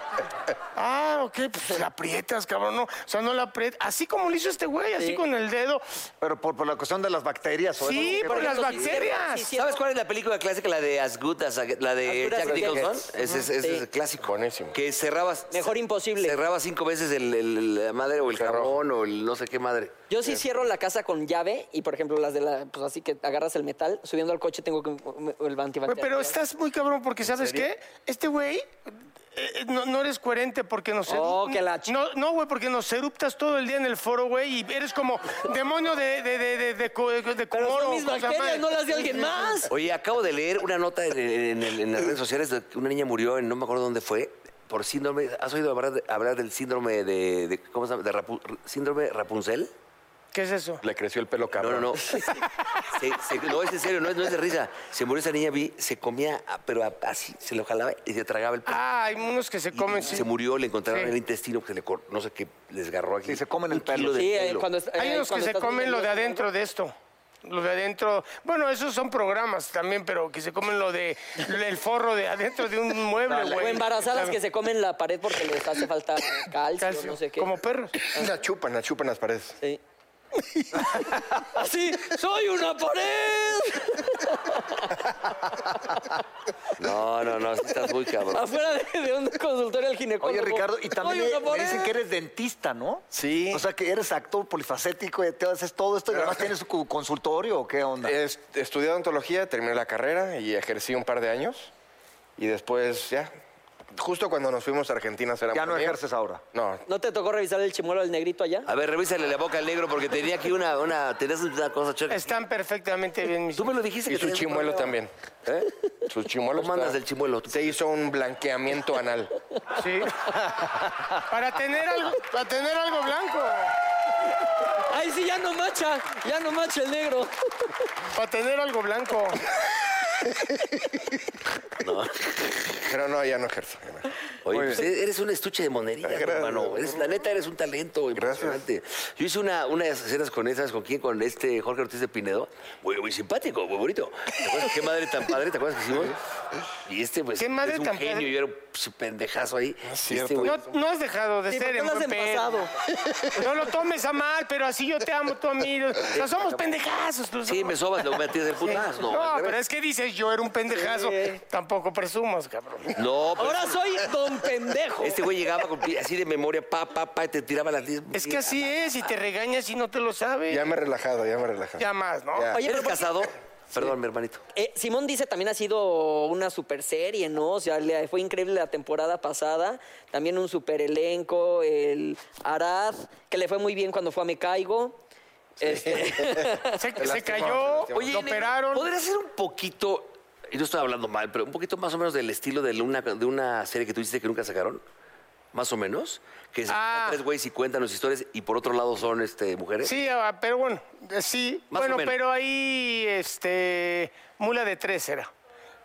Ah, ok, pues la aprietas, cabrón. No, o sea, no la aprietas. Así como lo hizo este güey, así Sí. con el dedo. Pero por, por la cuestión de las bacterias. o Sí, eso, por ¿qué- las ejemplo, si- bacterias. si- si- ¿Sabes cuál es la película clásica? La de As Good As, I Get- la de As Good As Jack I Get. Nicholson. Ese es, ese es el clásico. Buenísimo. Que cerrabas. Mejor imposible. Cerraba cinco veces el, el- la madre o el jabón o el no sé qué madre. Yo sí cierro la casa con llave y, por ejemplo, las de la... Pues así que agarras el metal, subiendo al coche tengo que, el antibacterial. Güey, pero estás muy cabrón porque, ¿sabes qué? Este güey... eh, no, no eres coherente porque nos Oh, erup- que la ch- No, no, güey, porque nos eruptas todo el día en el foro, güey, y eres como demonio de, de, de, de, de, co- de Pero Comoro, son mis cosa bacterias, madre. no las de alguien más. Oye, acabo de leer una nota en, en- en- en las redes sociales de que una niña murió en no me acuerdo dónde fue. Por síndrome. ¿Has oído hablar, de- hablar del síndrome de, de- ¿Cómo se llama? De Rapu- síndrome Rapunzel. ¿Qué es eso? Le creció el pelo No, cabrón. no, no. Se- se- no, es en serio, no es, no es de risa. Se murió esa niña, vi, se comía, ah, pero ah, así, se lo jalaba y se tragaba el pelo. Ah, hay unos que se Y- comen, y sí. se murió, le encontraron Sí. el intestino, que se le cor- no sé qué, les agarró aquí. Sí, se comen el Un kilo pelo. de Sí, eh, pelo. cuando, es- eh, Hay unos que cuando se estás comen lo de viviendo- adentro de esto. Lo de adentro. Bueno, esos son programas también, pero que se comen lo de el forro de adentro de un mueble, O güey. embarazadas que se comen la pared porque les hace falta calcio, Calcio, no sé qué. Como perros. La chupan, la chupan las paredes. Sí. ¡Así! ¡Soy una pared! No, no, no, sí estás muy cabrón. Afuera de, de un consultorio al ginecólogo. Oye, Ricardo, y también ¡Soy me, una me pared! dicen que eres dentista, ¿no? Sí. O sea, que eres actor polifacético, y te haces todo esto y además tienes tu consultorio o qué onda. Es- estudié odontología, terminé la carrera y ejercí un par de años. Y después, ya. Justo cuando nos fuimos a Argentina a hacer ya no Amor Mío. ejerces ahora. No, ¿No te tocó revisar el chimuelo del negrito allá? A ver, revísale la boca al negro porque tenía aquí una, una, tenías una cosa chueca. Están perfectamente bien mis. Tú me lo dijiste Y que su tenías un chimuelo problema. ¿Eh? también. Su chimuelo. ¿Cómo andas está- del chimuelo? Se hizo un blanqueamiento anal. Sí. Para tener algo, para tener algo blanco. ¡Ay, sí, ya no macha! ¡Ya no macha el negro! Para tener algo blanco. Pero no, ya no ejerzo. Oye, pues eres un estuche de monería, hermano. Eres- la neta, eres un talento impresionante. Yo hice una, una de esas escenas con esas, ¿con quién? Con este Jorge Ortiz de Pinedo. Muy, muy simpático, muy bonito. ¿Te acuerdas qué madre tan padre? ¿Te acuerdas que hicimos? Y este, pues, ¿Qué madre es un tan genio. padre? Yo era un pues, pendejazo ahí. Y este cierto. güey- No, no has dejado de Sí, ¿por ser qué en lo has buen pedo. empasado? No lo tomes a mal, pero así yo te amo, tú a mí. O sea, somos pendejazos. tú Sí, somos- me sobas, lo metías de putas. No, No, al pero revés. es que dices yo era un pendejazo. Sí. Tampoco presumas, cabrón. No, pero Ahora soy don pendejo. este güey llegaba con, así de memoria, pa, pa, pa, y te tiraba las 10. Es que así es, y te regañas y no te lo sabes. Ya Ya, me he relajado, ya me he relajado. más, ¿no? Oye, ¿Eres pero- casado? Perdón, mi hermanito. Eh, Simón dice también ha sido una super serie, ¿no? O sea, le- fue increíble la temporada pasada. También un super elenco, el Arad, que le fue muy bien cuando fue a Me Caigo. Este, Se, se Te cayó, lastimó, te lastimó. lo Nene, operaron. ¿Podrías ser un poquito, y no estoy hablando mal, pero un poquito más o menos del estilo de una, de una serie que tú hiciste que nunca sacaron? más o menos, que se Ah. juntan tres güeyes y cuentan las historias y por otro lado son este, mujeres. Sí, ah, pero bueno, eh, sí. Más o bueno, menos. pero ahí, este, mula de tres era.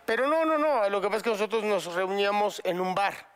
Pero no, no, no. Lo que pasa es que nosotros nos reuníamos en un bar.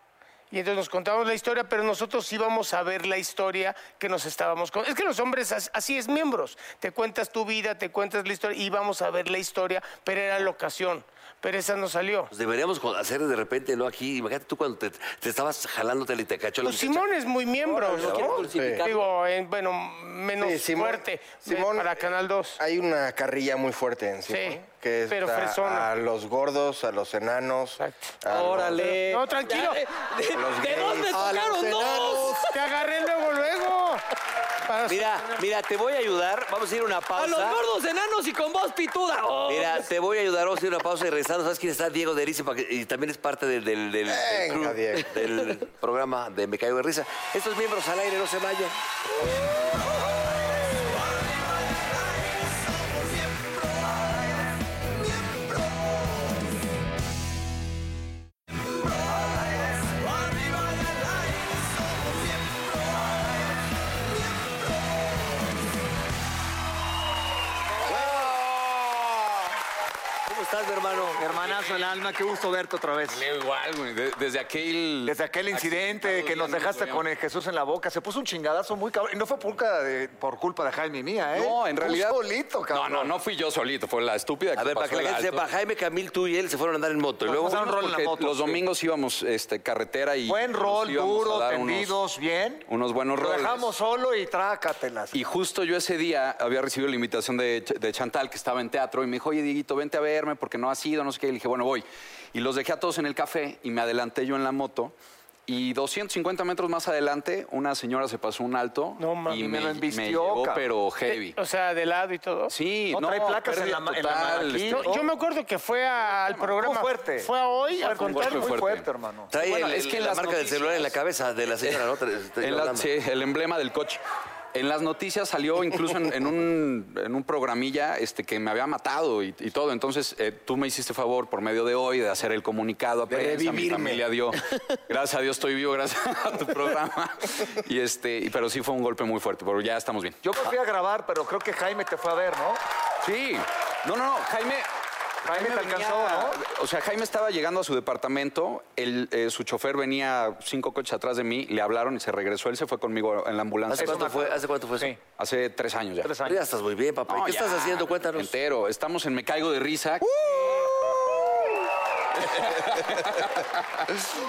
Y entonces nos contábamos la historia, pero nosotros íbamos a ver la historia que nos estábamos con. Es que los hombres, as- así es, miembros. Te cuentas tu vida, te cuentas la historia, íbamos a ver la historia, pero era la ocasión. Pero esa no salió. Pues deberíamos co- hacer de repente, ¿no? Aquí, imagínate tú cuando te, te estabas jalándotela y te cachó la Pues muchacha. Simón es muy miembro, no quiero ¿no? crucificarlo. Digo, en- bueno, menos Sí, Simón- fuerte. Simón, Simón, para Canal 2. Hay una carrilla muy fuerte en sí. Sí, que pero está fresona. a los gordos, a los enanos. Exacto. a los- Órale. No, tranquilo. Ya, eh, ¿De, de- Los ¿de dónde gays. tocaron dos? Te agarré luego, luego. Para- Mira, mira, te voy a ayudar. Vamos a ir a una pausa. A los gordos enanos y con voz pituda. Oh. Mira, te voy a ayudar, vamos a ir a una pausa y regresando. ¿Sabes quién está? Diego de Erice, para que- y también es parte del, del, del- del Venga, club, Diego. del programa de Me Caigo de Risa. Estos miembros al aire, no se vayan. ¿Cómo estás, mi hermano? Hermanazo el alma, qué gusto verte otra vez. Leo igual, güey. de- desde aquel... Desde aquel incidente que nos dejaste con el Jesús en la boca, se puso un chingadazo muy cabrón. Y no fue por culpa de, por culpa de Jaime y mía, ¿eh? No, en Tú realidad... solito, cabrón. No, no, no fui yo solito, fue la estúpida que A ver, para pasó que la el gente alto. sepa, Jaime Camil, tú y él se fueron a andar en moto. Y Nos luego, pasaron Fuimos rol en la porque moto, los sí. domingos íbamos este, carretera y... Buen nos rol, íbamos a duro, dar unos- tendidos, bien. unos buenos Lo roles. dejamos solo y trácatelas. Y justo yo ese día había recibido la invitación de, Ch- de Chantal, que estaba en teatro, y me dijo, oye, Dieguito, vente a verme porque no has ido, no sé qué. Y le dije, bueno, voy. Y los dejé a todos en el café y me adelanté yo en la moto. Y 250 metros más adelante, una señora se pasó un alto No, mami, y me lo embistió, llevó, cabrón. pero heavy. O sea, de lado y todo. Sí, No, no, trae placas en la ma- pérdida en la mano total, aquí. este, No, yo me acuerdo que fue a- al programa. Fue fuerte. Fue a hoy a Fuerte, contar. fue muy fuerte. fuerte, hermano. trae Bueno, el- es que en la las marca del celular en la noticias- cabeza de la señora, ¿no? Te- te- En la- hablando. sí, el emblema del coche. En las noticias salió incluso en, en un, en un programilla este, que me había matado y, y todo. Entonces, eh, tú me hiciste favor por medio de hoy de hacer el comunicado a prensa. Mi familia dio. Gracias a Dios estoy vivo, gracias a tu programa. Y este, y- pero sí fue un golpe muy fuerte, pero ya estamos bien. Yo me Ah, fui a grabar, pero creo que Jaime te fue a ver, ¿no? Sí. No, no, no, Jaime. Jaime te venía- alcanzó, ¿no? O sea, Jaime estaba llegando a su departamento, el, eh, su chofer venía cinco coches atrás de mí, le hablaron y se regresó, él se fue conmigo en la ambulancia. ¿Hace cuánto fue? ¿Hace cuánto fue eso? Sí. Hace tres años ya. Tres Ya años. estás muy bien, papá. ¿Y No, ¿Qué ya, estás haciendo? Cuéntanos. Entero. Estamos en Me Caigo de Risa. Uh,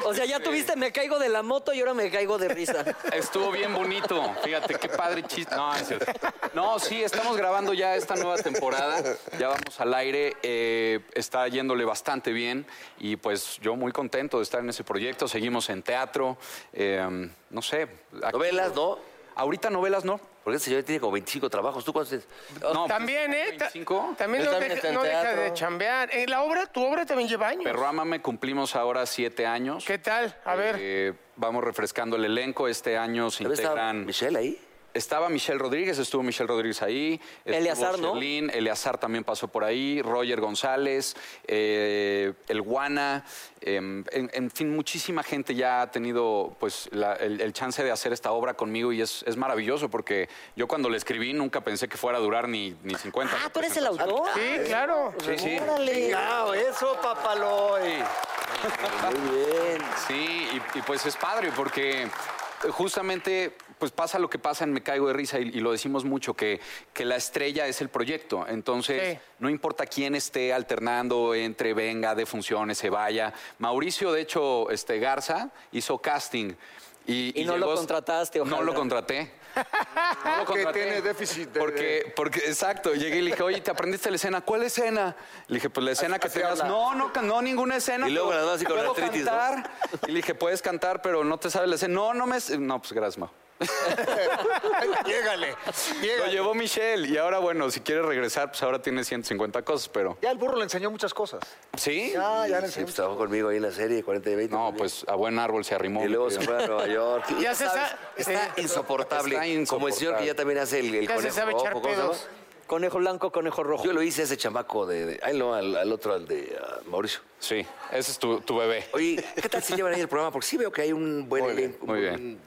O sea, ya tuviste me caigo de la moto y ahora me caigo de risa. Estuvo bien bonito. Fíjate, qué padre chiste. No, es cierto. No, sí, estamos grabando ya esta nueva temporada. Ya vamos al aire. Eh, está yéndole bastante bien. Y pues yo muy contento de estar en ese proyecto. Seguimos en teatro. Eh, no sé. aquí- Novelas, ¿no? Ahorita novelas no. Porque ese señor tiene como 25 trabajos. ¿Tú cuántos tienes? No, pues, También, ¿eh? Ta- 25. También Yo no, deja, también estoy en no deja teatro. de chambear. Eh, la obra, tu obra también lleva años. Perro Ámame cumplimos ahora siete años. ¿Qué tal? A ver. Eh, vamos refrescando el elenco. Este año se ¿Dónde está integran... Michelle ahí? Estaba Michelle Rodríguez, estuvo Michelle Rodríguez ahí. estuvo Eleazar, ¿no? Sherlyn, Eleazar también pasó por ahí, Roger González, eh, El Guana, em, en, en fin, muchísima gente ya ha tenido pues la- el, el chance de hacer esta obra conmigo y es, es maravilloso porque yo cuando la escribí nunca pensé que fuera a durar ni, ni Pues 50. Ah, tú eres el autor. Sí, claro. Sí, sí. Órale. Chingao, eso, papaloy. Sí, y, y pues es padre porque justamente pues pasa lo que pasa en Me Caigo de Risa y, y lo decimos mucho, que, que la estrella es el proyecto. Entonces, Sí. no importa quién esté alternando entre venga, de funciones, se vaya. Mauricio, de hecho, este Garza hizo casting. Y, Y no lo contrataste, No lo ojalá. contraté. No lo Porque contraté. tiene déficit de- Porque, porque, exacto. Llegué y le dije, oye, ¿te aprendiste la escena? ¿Cuál escena? Le dije, pues la escena que tenías. No, no, no, ninguna escena. Y luego pero la das así con puedo artritis, ¿no? cantar cantar. Y le dije, puedes cantar, pero no te sabes la escena. No, no me. sé. No, pues gracias, Mau. Llégale, Lo llégale. llevó Michelle y ahora, bueno, si quieres regresar, pues ahora tiene 150 cosas, pero. Ya el burro le enseñó muchas cosas. ¿Sí? Ya, ya le Sí, enseñó. pues trabajó conmigo ahí en la serie 40 y 20. No, pues a buen árbol se arrimó. Y luego se mi fue a Nueva York. Y Ya se sabes, sa- Está eh, insoportable. está Como el señor que ya también hace el, el Ya se conejo sabe rojo, echar ¿cómo se llama? pedos. Conejo blanco, conejo rojo. Yo lo hice a ese chamaco de. de- ay, no, al, al otro, al de ah, Mauricio. Sí, ese es tu, tu bebé. Oye, ¿qué tal se llevan ahí el programa? Porque sí veo que hay un buen elenco. muy bien. un-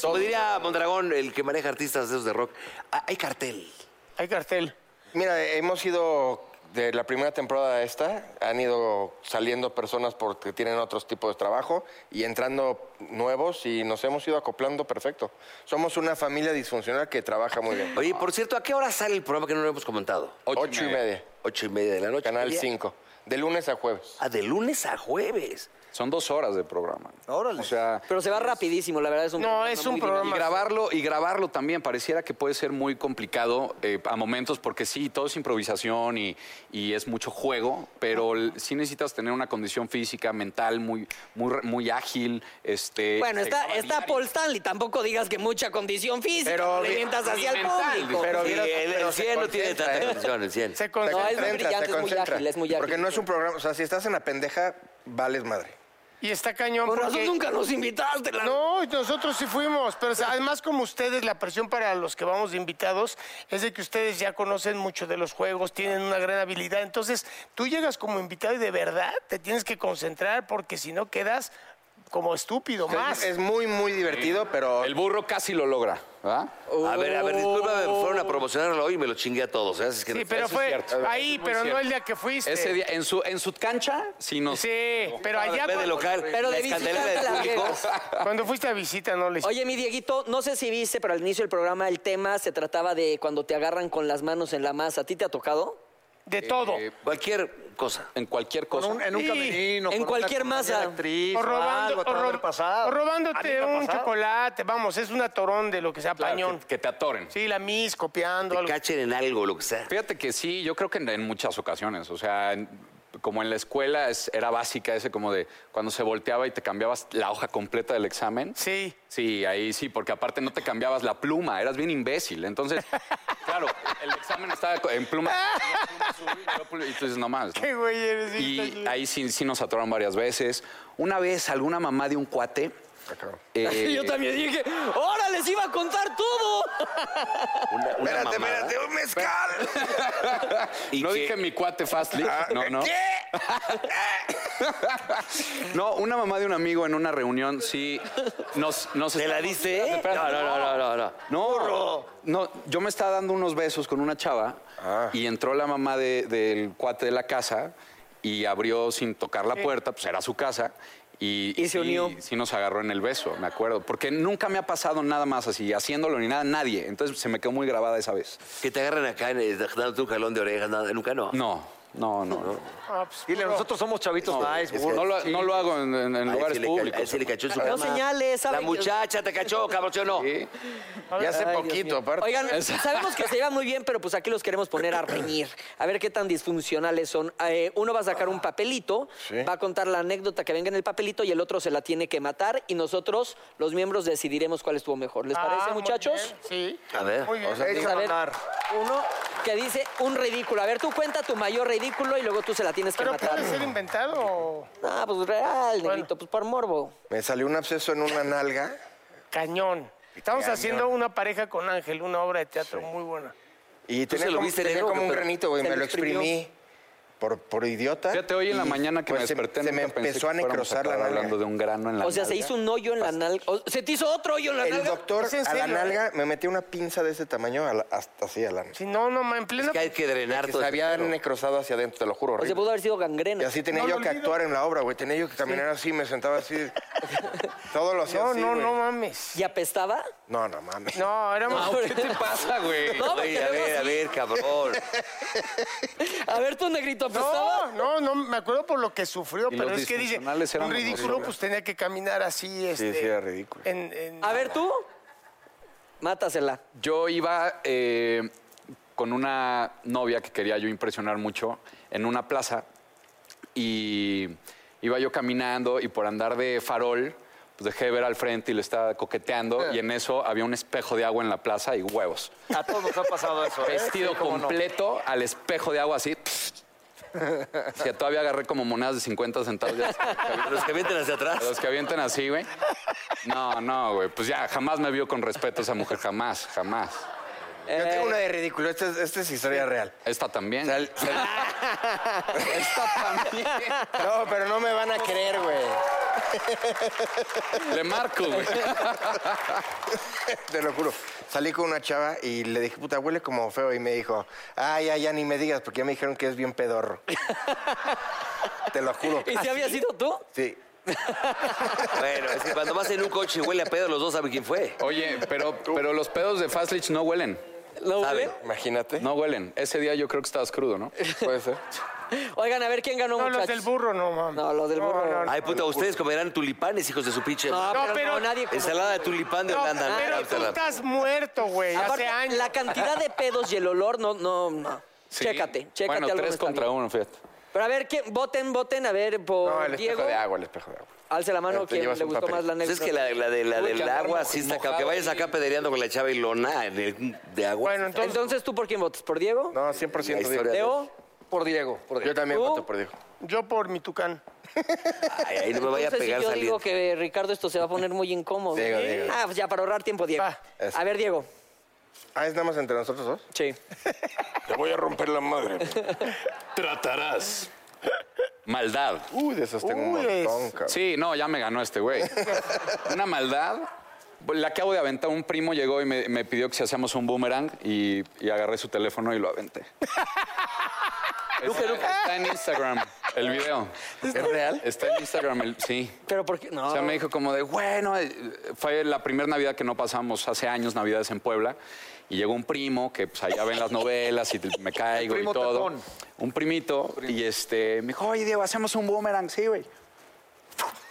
Como diría Mondragón, el que maneja artistas de esos de rock, ah, hay cartel. Hay cartel. Mira, hemos ido de la primera temporada a esta, han ido saliendo personas porque tienen otros tipos de trabajo y entrando nuevos y nos hemos ido acoplando perfecto. Somos una familia disfuncional que trabaja muy bien. Ah. Oye, por cierto, ¿a qué hora sale el programa que no lo hemos comentado? Ocho, y media, Ocho y media de la noche. Canal ¿Qué día? 5, de lunes a jueves. Ah, de lunes a jueves. Son dos horas de programa. Órale. O sea, Pero se va rapidísimo, la verdad es un No, es un muy programa. y grabarlo y grabarlo también pareciera que puede ser muy complicado eh, a momentos porque sí todo es improvisación y, y es mucho juego pero l- sí necesitas tener una condición física mental muy muy re- muy ágil este Bueno, se está, graba está diario. Paul Stanley. Tampoco digas que mucha condición física. Pero Pero vi- mientas hacia el mental, público. pero Sí, mira, el, pero el se 100 no tiene concentra, tanta ¿eh? condición, el 100. Se Te No, es muy concentras, brillante, te es muy concentras. ágil, es muy ágil. Porque no es un programa, o sea, si estás en la pendeja, vales madre. Y está cañón. Por razón porque- nunca nos invitaste. la- No, y nosotros sí fuimos, pero o sea, además como ustedes, la presión para los que vamos de invitados es de que ustedes ya conocen mucho de los juegos, tienen una gran habilidad, entonces tú llegas como invitado y de verdad te tienes que concentrar porque si no quedas como estúpido más. Es muy, muy divertido, pero el burro casi lo logra ¿verdad? A ver, a ver, discúlpame, fueron a promocionarlo hoy y me lo chingué a todos. ¿eh? Así es que sí, pero fue cierto. Eso ahí, es muy pero cierto. no el día que fuiste. ese día en su en su cancha sí nos este Sí, pero Ah, allá ve de cuando, local, Pero la de escandalera visitante del la público. regas. cuando fuiste a visita no le hiciste. Oye, mi Dieguito, no sé si viste, pero al inicio del programa el tema se trataba de cuando te agarran con las manos en la masa. ¿A ti te ha tocado? de todo. Cualquier cosa. en cualquier cosa Con un- en un Sí. camerino. En con cualquier una compañía masa. de actriz, o robando, algo, te ha o de haber ro- pasado. o robándote ¿A mí me ha un pasado? chocolate, vamos, es un atorón de lo que sea Claro, pañón. que, que te atoren Sí, la mis copiando Te algo. cachen en algo, lo que sea. Fíjate que sí, yo creo que en, en muchas ocasiones, o sea, en- como en la escuela es- era básica ese como de cuando se volteaba y te cambiabas la hoja completa del examen. Sí. Sí, ahí sí, porque aparte no te cambiabas la pluma, eras bien imbécil. Entonces, claro, el examen estaba co- en pluma. Y tú dices, no más. ¿no? Qué güey eres, sí, está Y chido. ahí sí, sí nos atoraron varias veces. Una vez, alguna mamá de un cuate. eh, Yo también dije, ¡ahora les iba a contar todo! Una, una Espérate, mamada. espérate, un mezcal. ¿Y no qué? Ah, dije mi cuate Fastly. No, no. No, una mamá de un amigo en una reunión sí nos. nos ¿Te la estábamos- diste? eh? Espérate, No, espérate, no, no, no, no, no. No, no, yo me estaba dando unos besos con una chava Ah. y entró la mamá de- del cuate de la casa y abrió sin tocar la puerta, pues era su casa. Y, Y se sí- unió. Sí nos agarró en el beso, me acuerdo. Porque nunca me ha pasado nada más así, haciéndolo ni nada, nadie. Entonces se me quedó muy grabada esa vez. Que te agarren acá en el- dándote un jalón de orejas, nada, nunca no. No, no, no. No, Ah, pues, Dile, nosotros somos chavitos nice, burro. No lo, no lo hago en, en- en A él lugares sí le ca- a él públicos. sí le cachó su No cama. señales, La saben que- muchacha te cachó, cabrón, ¿sí o no? Sí. Y hace poquito, aparte. Oigan, sabemos que se llevan muy bien, pero pues aquí los queremos poner a reñir. A ver qué tan disfuncionales son. Eh, uno va a sacar un papelito, va a contar la anécdota que venga en el papelito y el otro se la tiene que matar. Y nosotros, los miembros, decidiremos cuál estuvo mejor. ¿Les ah, parece, muy muchachos? bien, Sí. A ver. Muy bien. Echa a A ver, andar. uno que dice un ridículo. A ver, tú cuenta tu mayor ridículo y luego tú se la tienes que Pero matar. puede ser inventado. o- Ah, pues real, negrito, pues por morbo. Me salió un absceso en una nalga. Cañón. Estamos haciendo una pareja con Ángel, una obra de teatro muy buena. Y tenía se lo como, viste tenía negro, como un pero granito, güey. se Me lo lo exprimí por, por idiota. Fíjate, hoy en la y, mañana que pues, me se- desperté, se, me nunca pensé empezó a que fuéramos necrosar la acabar nalga. hablando de un grano en la O sea, se nalga. hizo un hoyo en la nalga. O- Se te hizo otro hoyo en la El nalga. doctor ¿Es en a la serio? nalga me metió una pinza de ese tamaño a la- hasta así a la Si no, no, ma, en plena. Es que hay que drenar que todo se ese había pelo. necrosado hacia adentro, te lo juro. O se horrible. pudo haber sido Y gangrena. así tenía No yo lo que olvido. actuar en la obra, güey. Tenía yo que caminar así, me sentaba así. Todo lo hacía No, así, no, güey. no mames. ¿Y apestaba? No, no mames. No, Ah, éramos. ¿Qué te pasa, güey? No, porque Oye, a luego ver, a sí. ver, cabrón. A ver, tu negrito No, apestaba. no, no, me acuerdo por lo que sufrió, Y pero los es que dice, disfuncionales un éramos ridículo, nosotros. pues tenía que caminar así, este. sí, era ridículo. en- en- A ver, tú. Mátasela. Yo iba eh, con una novia que quería yo impresionar mucho en una plaza y iba yo caminando y por andar de farol pues dejé de ver al frente y le estaba coqueteando y en eso había un espejo de agua en la plaza y huevos. Eh. A todos nos ha pasado eso. ¿eh? Vestido Sí, cómo no. completo al espejo de agua así. Si todavía agarré como monedas de 50 centavos. de esas. Los que mienten hacia atrás. A los que avientan así, güey. No, no, güey. Pues ya, jamás me vio con respeto esa mujer, jamás, jamás. Yo tengo una de ridículo. este Esta es, esta es historia real. Esta también. Sal- sal- no, pero no me van a creer, güey. Le marco, güey. Te lo juro. Salí con una chava y le dije, puta, huele como feo. Y me dijo, ay, ay, ya ni me digas, porque ya me dijeron que es bien pedorro. Te lo juro. ¿Y si había sido tú? Sí. Bueno, es que cuando vas en un coche y huele a pedo, los dos saben quién fue. Oye, pero, pero los pedos de Fastlich no huelen. ¿No ¿Saben? huele? Imagínate. No huelen. Ese día yo creo que estabas crudo, ¿no? Puede ser. Oigan, a ver quién ganó, No, los muchachos. del burro no, mames. No, los del burro. no, no. Ay, puta, ustedes comerán tulipanes, hijos de su pinche. No, madre. pero, pero- no, nadie. como- Ensalada de tulipán de No, Holanda. no, pero tú cáptala. estás muerto, güey, Aparte, hace años. la cantidad de pedos y el olor, no, no, no. Sí. Chécate, chécate. Bueno, algo no tres está contra bien. uno, fíjate. Pero a ver, ¿quién? voten, voten, a ver, por No, el espejo Diego. de agua, el espejo de agua. Alce la mano, Te ¿quién llevas le un gustó papel. más la Pues es anécdota? que la, la de, la Uy, del que andar agua mo- sí está cabrón. mojado Que vayas y- acá pedereando con la chava y lona en el- de agua. Bueno, entonces, Entonces, ¿tú por quién votas? ¿Por Diego? No, 100% La historia Diego. ¿Leo? por Diego. Por Yo Diego. también ¿Tú? voto por Diego. yo por mi tucán. Ay, ahí no me vaya a Entonces, si pegar Pues yo saliendo. digo que Ricardo esto se va a poner muy incómodo. Diego, Diego. Ah, pues ya, para ahorrar tiempo, Diego. Va, eso. a ver, Diego. Ah, es nada más entre nosotros dos. Sí. Te voy a romper la madre. Tratarás. Maldad. Uy, de esas tengo un Uy, es- montón, cabrón. Sí, no, ya me ganó este güey. Una maldad. Le acabo de aventar. Un primo llegó y me, me pidió que si hacíamos un boomerang y, y agarré su teléfono y lo aventé. Está, está en Instagram el video. ¿Es real? Está en Instagram, el- sí. Pero porque. No. O sea, me dijo como de, bueno, eh, fue la primera Navidad que no pasamos hace años, Navidades en Puebla, y llegó un primo que pues allá ven las novelas y me caigo primo y todo. tetón. Un primito, y este, me dijo, oye, Diego, hacemos un boomerang, sí, güey.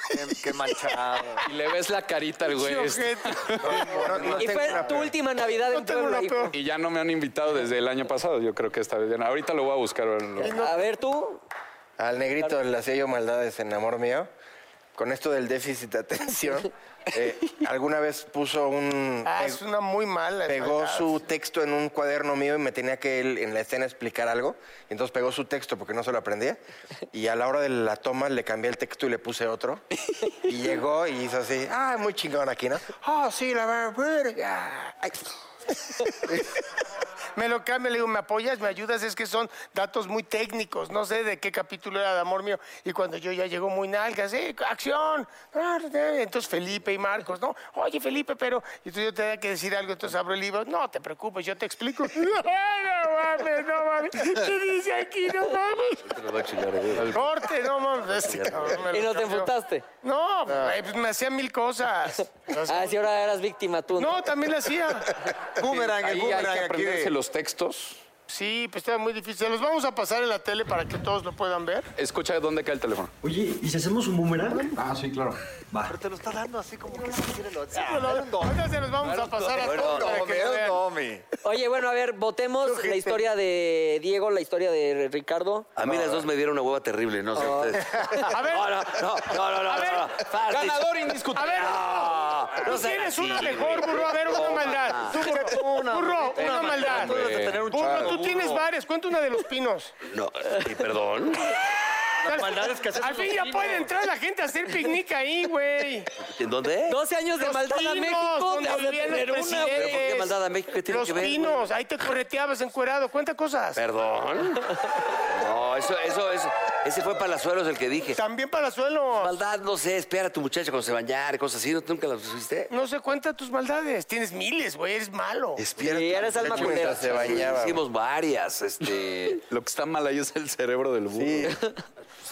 Qué, qué manchado. Y le ves la carita al güey. Sí, este. ojete. No, no y tengo fue una tu peor. última Navidad en No tengo Puebla. una hijo. peor. Y ya no me han invitado desde el año pasado. Yo creo que esta vez ya no. Ahorita lo voy a buscar. ahora lo- A ver, tú. Al negrito le hacía yo maldades en amor mío. Con esto del déficit de atención, eh, alguna vez puso un. Ah, pe- es una muy mala. Pegó espalda. su texto en un cuaderno mío y me tenía que él en la escena explicar algo. Y entonces pegó su texto porque no se lo aprendía. Y a la hora de la toma le cambié el texto y le puse otro. Y llegó y hizo así. Ah, muy chingón aquí, ¿no? Ah, sí, la verga. Ay. Me lo cambia, le digo, ¿me apoyas? ¿Me ayudas? Es que son datos muy técnicos. No sé de qué capítulo era de amor mío. Y cuando yo ya llegó muy nalgas, ¡eh, acción! Entonces Felipe y Marcos, ¿no? Oye, Felipe, pero. Y tú yo tenía que decir algo, entonces abro el libro. No te preocupes, yo te explico. ¡Ay, no mames, no mames! ¿Qué dice aquí? ¡No mames! ¡Corte, no mames! Este cabrón me lo Y no te cambió. emputaste. Ah. No, güey, pues me hacía mil cosas. Ah, sí, ahora eras víctima tú. ¿no? No, también la hacía. Boomerang, el Ahí hay boomerang que aquí. aprenderse de- los textos. Sí, pues estaba muy difícil. Se los vamos a pasar en la tele para que todos lo puedan ver. Escucha dónde cae el teléfono. Oye, ¿y si hacemos un boomerang? Ah, sí, claro. Pero te lo está dando así como que si quiere lo Ah, sí, Pero lo- Ahorita se los vamos a pasar a todos para que lo vean. no, mi. Oye, bueno, a ver, votemos la historia de Diego, la historia de Ricardo. A mí las dos me dieron una hueva terrible, no sé ustedes. A ver. No, no, no, no, no, no, A ver. no, no. Fartich. Ganador indiscutible. A ver, No, no tú sean tienes así, una güey. mejor, burro. A ver, una maldad. Tú, burro, burro, una maldad. Tú debes de tener un Burro, chorro, tú tienes burro. varias. Cuenta una de los pinos. No, sí, perdón. Al al fin ya puede entrar la gente a hacer picnic ahí, güey. ¿En dónde? 12 años de Los maldad a pinos, México, donde te has de vivían los tener una, güey. ¿Pero por qué es- maldad a México? ¿Qué tiene Los que ver? güey? pinos, ahí te correteabas encuerado. Cuenta cosas. Perdón. No, eso, eso, eso. Ese fue Palazuelos el que dije. También para suelo. Maldad, no sé, espera a tu muchacha cuando se bañara, cosas así. ¿No, ¿Nunca las hiciste? No se cuenta tus maldades. Tienes miles, güey. Eres malo. Espera. Sí, eres alma culera. mientras se bañaba. Hicimos varias, este... Lo que está mal ahí es el cerebro del burro.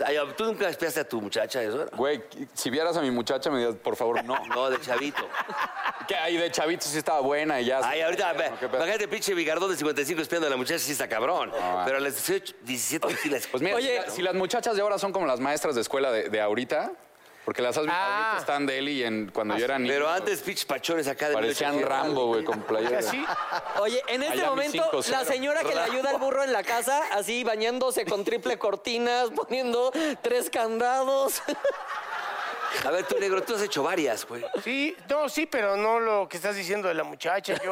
Ay, ¿Tú nunca espiaste a tu muchacha eso? era? Güey, si vieras a mi muchacha, me dirías, por favor, no. No, de chavito. Que ahí de chavito sí estaba buena y ya. Ay, ahorita, ve, ¿Qué pedo? imagínate, pinche Vigardón de 55 espiando a la muchacha, sí está cabrón. Pero a las 18, 17, sí las... Pues mira, Oye. si, la- si las muchachas de ahora son como las maestras de escuela de, de ahorita, porque las has visto Ah. ahorita están de Eli en cuando yo era niño. Pero antes, pinches pachones acá de... Parecían 1800. Rambo, güey, con playeras. Así. Oye, en este Miami momento, 5-0. la señora que le ayuda al burro en la casa, así bañándose con triple cortinas, poniendo tres candados. A ver, tú, negro, tú has hecho varias, güey. Sí, no, sí, pero no lo que estás diciendo de la muchacha. Yo,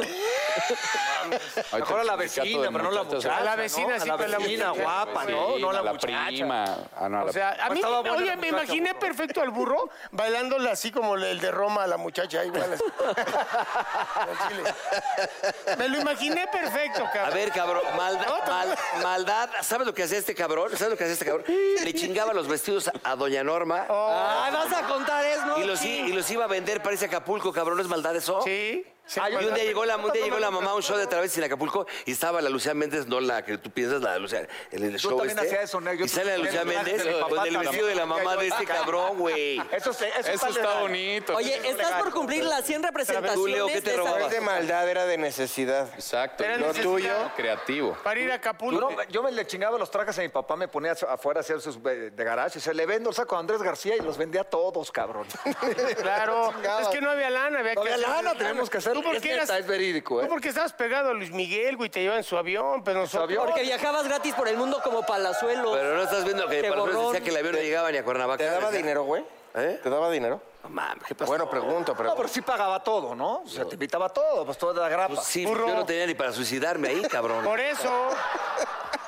Mejor a la vecina, pero no la muchacha. A la ¿no? vecina, sí, a la pero la vecina muchacha, guapa, güey. ¿no? Sí, No la, a la muchacha. prima. Ah, no, a la- O sea, a Pues mí, estaba buena oye, la me muchacha, imaginé burro. perfecto al burro bailándole así como el de Roma a la muchacha, igual. así. Al chile. Me lo imaginé perfecto, A cabrón. ver, cabrón, maldad, No, te- mal- maldad. ¿Sabes lo que hacía este cabrón? ¿Sabes lo que hacía este cabrón? Le chingaba los vestidos a- a Doña Norma Oh. Ay, vas a contar eso, ¿no? y, los, i- y los iba a vender, parece Acapulco, cabrón. ¿No es maldad eso? Sí. sí, Y un día llegó la, un día llegó la mamá a un show de través en Acapulco y estaba la Lucía Méndez, no la que tú piensas, la de Lucía, en el show también este. hacía eso, ¿no? Yo y sale la también Lucía me lo Méndez haces de mi papá con el también. vestido de la mamá de este cabrón, güey. Eso, se- eso, Eso está legal. bonito. Oye, estás por cumplir las 100 representaciones. Tú, Leo, ¿qué te de esa- robabas? No es de maldad, era de necesidad. Exacto. Era y Lo necesidad. tuyo, creativo. Para ir a Acapulco. Yo, no- yo me le chingaba los trajes a mi papá, me ponía afuera a hacer sus ve- de garage y se le vendo el saco a Andrés García y los vendía a todos, cabrón. Claro, Chingaba. es que no había lana, había No que había hacer- lana, tenemos que hacer- ¿Tú por es qué neta, eras- es verídico, ¿eh? Tú porque estabas pegado a Luis Miguel, güey, te llevan en su avión, pero nosotros... avión. Porque viajabas gratis por el mundo como palazuelo. Pero no estás viendo que Qué para borrón. decía que el avión no llegaba ni a Cuernavaca. ¿Te daba ¿verdad? dinero, güey? ¿Eh? ¿Te daba dinero? No mames, ¿qué pasó? Bueno, pregunto, No, pero pregunto. sí pagaba todo, ¿no? O sea, te invitaba todo, pues todo de la grapa. Pues sí, Burro. yo no tenía ni para suicidarme ahí, cabrón. Por eso,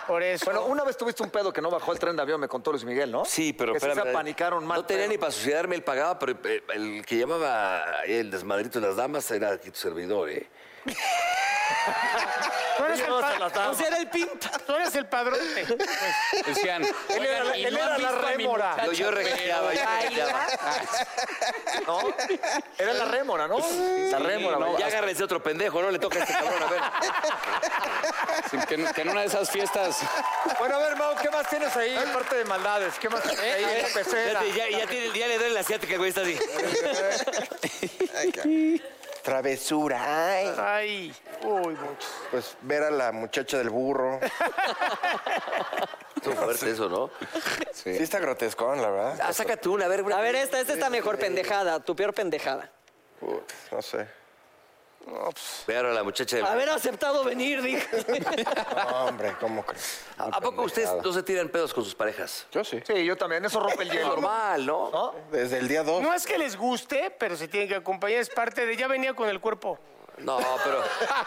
por eso. Bueno, una vez tuviste un pedo que no bajó el tren de avión, me contó Luis Miguel, ¿no? Sí, pero que sí espérame, se apanicaron mal. No tenía pedo. ni para suicidarme, él pagaba, pero eh, el que llamaba el desmadrito de las damas era aquí tu servidor, ¿eh? tú, eres el pa- O sea, Pues era el pinta. tú eres el padrote. Decían. Él era, la- "Oigan, ¿y él no era han la visto a mi rémora, No, yo regateaba, yo regateaba. ¿no? Era la rémora, ¿no? La rémora, no, güey. Ya agárrense otro pendejo, ¿no? Le toca a este cabrón, a ver. Sí, que, en- que en una de esas fiestas. Bueno, a ver, Mau, ¿qué más tienes ahí? Eh, Parte de maldades, ¿qué más tienes ahí? La Ya, pecera. te- ya- ya tiene- ya le duele la asiática, güey, está así. Travesura. Ay. Ay, uy, muchos. Pues ver a la muchacha del burro. Estuvo fuerte eso, ¿no? Sí, está grotescón, la verdad. Ah, sácate una, a ver, güey. A ver, esta, esta está mejor pendejada, tu peor pendejada. Putz, no sé. Vean a la muchacha del... Haber aceptado venir, dije. No, hombre, ¿cómo crees? ¿A a poco ustedes no se tiran pedos con sus parejas? Yo sí. Sí, yo también, eso rompe el Es hielo. normal, ¿no? ¿No? Desde el día 2. No es que les guste, pero se tienen que acompañar. Es parte de... Ya venía con el cuerpo. No, pero,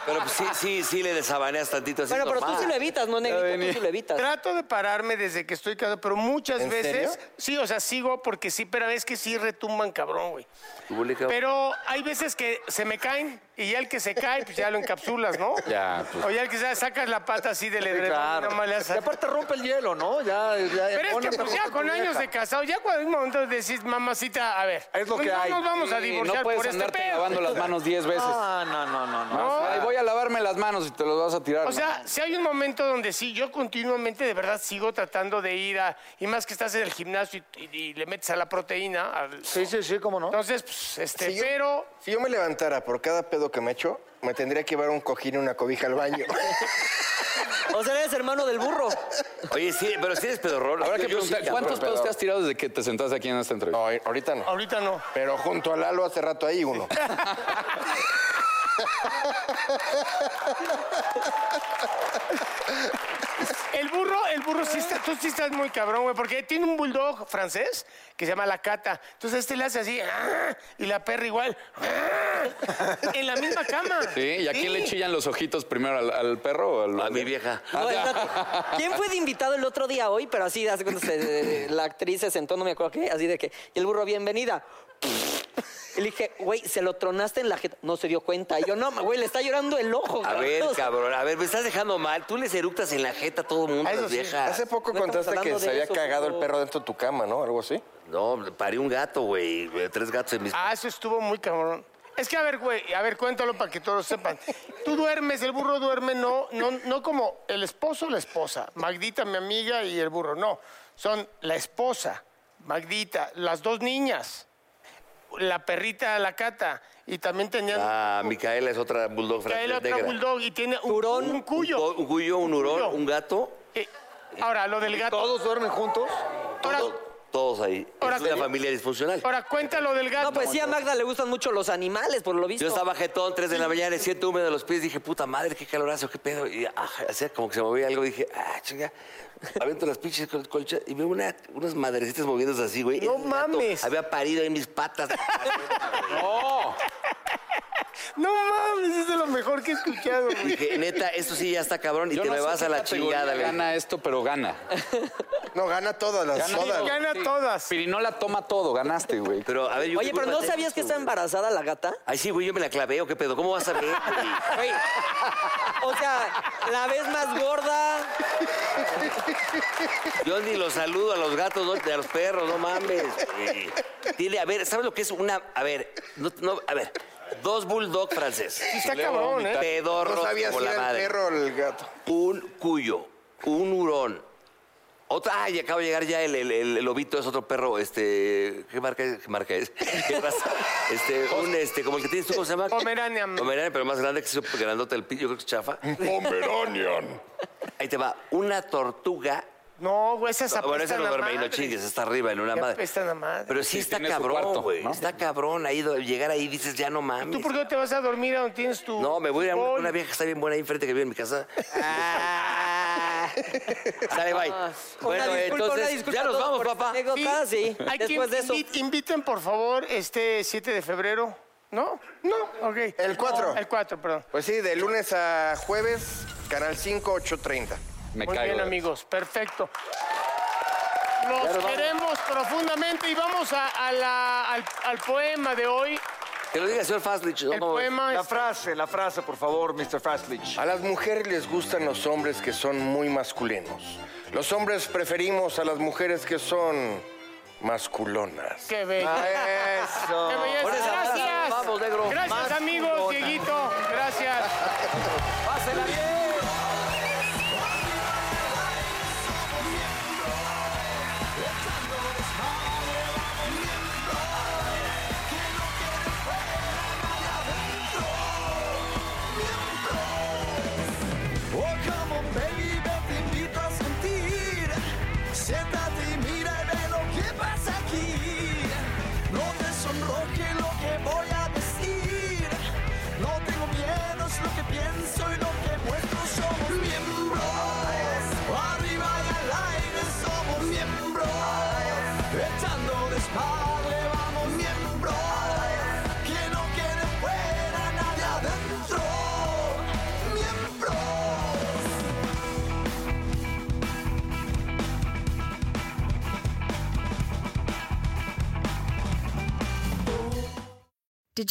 pero pues, sí, sí, sí le desabaneas tantito así. Bueno, pero tú normal. sí lo evitas, ¿no, Negrito? Tú sí lo evitas. Trato de pararme desde que estoy casado, pero muchas ¿En veces... serio? Sí, o sea, sigo porque sí, pero es que sí retumban cabrón, güey. Tú, güey, cabrón. Pero hay veces que se me caen y ya el que se cae, pues ya lo encapsulas, ¿no? Ya, pues. O ya el que se- sacas la pata así del edredón y nada más le Y haces- aparte rompe el hielo, ¿no? Ya, ya. Pero es ponle que pues, mejor ya tu con años vieja. de casado, ya cuando hay un momento de decir, mamacita, a ver, pues Es lo que no hay. nos vamos a Sí, divorciar no puedes por este andarte pedo. lavando las manos 10 veces. Ah, no, no, no, no. Ahí voy a lavarme las manos y te los vas a tirar. O sea, si hay un momento donde sí, yo continuamente de verdad sigo tratando de ir a... Y más que estás en el gimnasio y, y- y le metes a la proteína. al- Sí, sí, sí, cómo no. Entonces, pues, este, Sí, yo- pero... Si yo me levantara por cada pedo que me echo, me tendría que llevar un cojín y una cobija al baño. O sea, eres hermano del burro. Oye, sí, pero sí eres pedorrón. Habrá que Yo sí, preguntar, cabrón. ¿cuántos pedos te has tirado desde que te sentaste aquí en esta entrevista? No, ahorita no. Ahorita no. Pero junto a Lalo hace rato ahí uno. El burro, el burro sí está, tú sí estás muy cabrón, güey, porque tiene un bulldog francés que se llama la cata. Entonces este le hace así, ¡ah! y la perra igual, ¡ah! en la misma cama. Sí, ¿y a quién le chillan los ojitos primero? ¿Al, al perro o al- A mi vieja. No, espérate. ¿Quién fue de invitado el otro día hoy? Pero así, hace cuando se- la actriz se sentó, no me acuerdo qué, así de que, y el burro, bienvenida. Y le dije, güey, se lo tronaste en la jeta. No se dio cuenta. Y yo, no, güey, le está llorando el ojo. A cabrón. ver, O sea, cabrón, a ver, me estás dejando mal. Tú les eructas en la jeta a todo el mundo, Ah, eso las sí. viejas. Hace poco No estamos contaste que hablando se de había eso, cagado el pero- perro dentro de tu cama, ¿no? Algo así. No, paré un gato, güey. Tres gatos en mis... Ah, eso estuvo muy cabrón. Es que, a ver, güey, a ver, cuéntalo para que todos sepan. Tú duermes, el burro duerme, no, no, no como el esposo o la esposa. Magdita, mi amiga, y el burro, no. Son la esposa, Magdita, las dos niñas, la perrita, la cata, y también tenían... Ah, Micaela es otra bulldog Trae francés la otra negra. bulldog y tiene un, Turón, un Un cuyo. co- Un cuyo, un cuyo. hurón, un gato. Eh, Ahora, lo del gato. ¿Todos duermen juntos? Ahora, todo- todos ahí. Ahora- es una familia disfuncional. ahora cuenta lo del gato. No, pues sí, a Magda le gustan mucho los animales, por lo visto. Yo estaba jetón, 3 de la mañana, siento húmedo de los pies, dije, puta madre, qué calorazo, qué pedo. Y ah, hacía como que se movía algo, dije, ah, chinga, aviento las pinches col- colchas y veo una- unas madrecitas moviéndose así, güey. No El gato mames. Había parido ahí mis patas. No, No mames, es de lo mejor que he escuchado, güey. Dije, neta, esto sí ya está cabrón y Yo te no me sé vas qué a la categoría chingada, güey. Gana esto, pero gana. No, gana todas las Gana todas. todo. Gana Sí. todas. Pirinola toma todo, ganaste, güey. Pero, a ver, yo Oye, tengo pero una ¿no tesis, sabías que está güey. embarazada la gata? Ay, sí, güey, yo me la clavé, ¿o qué pedo? ¿Cómo vas a ver? güey? Güey, o sea, la ves más gorda. Yo ni los saludo a los gatos, no, a los perros, no mames. güey. Tiene, a ver, ¿sabes lo que es una...? A ver, no, no, a ver, dos bulldog francés. Está cabrón, ¿eh? Pedorro No sabía como si la era el madre. perro o el gato. Un cuyo, un hurón. Otra, ay, acaba de llegar ya el, el- el lobito, es otro perro, este, ¿qué marca es? ¿Qué marca es? ¿Qué raza? Este, un, este, como el que tienes tú, ¿cómo se llama? Pomeranian. Pomeranian, pero más grande que ese grandote del pillo, yo creo que es chafa. Pomeranian. Ahí te va, una tortuga. No, güey, esas apestan Ah, bueno, esa no a duerme ahí, no madre. chingues, está arriba en una Ya madre. apestan a madre. Pero sí, Sí, está tiene su cabrón, cuarto, güey. ¿no? Está cabrón. Ahí do- llegar ahí dices, ya no mames. ¿Tú por qué no te vas a dormir a donde tienes tu... No, me voy a ir a una, fútbol? una vieja que está bien buena ahí enfrente que vive en mi casa. Sale, bye. bueno, Ah. una disculpa, entonces, una disculpa ya a nos todos vamos, por papá. esta anécdota, sí. Hay que Después de eso. invi- Inviten, por favor, este 7 de febrero. ¿No? No, ok. El cuatro. No, El 4, perdón. Pues sí, de lunes a jueves, Canal 5, 8.30. Me Muy caigo. bien, de- amigos. Perfecto. Los queremos profundamente y vamos a, a la- al, al poema de hoy. Que lo diga el señor Faslich. ¿no? El ¿Cómo ves? poema La es... frase, la frase, por favor, Mr. Fastlich. A las mujeres les gustan los hombres que son muy masculinos. Los hombres preferimos a las mujeres que son masculonas. ¡Qué bello! Eso. ¡Qué belleza! Ah, Por esa frase, ¡Gracias! vamos, negro. Gracias, Más amigos. culona. Dieguito, gracias. Pásela bien. Oh, come on, baby, te invito a sentir. Siéntate y mira y ve lo que pasa aquí. No te sonroje lo que voy a decir. No tengo miedo, es lo que pienso y lo que muestro. Somos miembros. Arriba y al aire somos miembros. Echando desmadre, vamos miembros. Que no quede fuera nadie adentro. Miembros. Did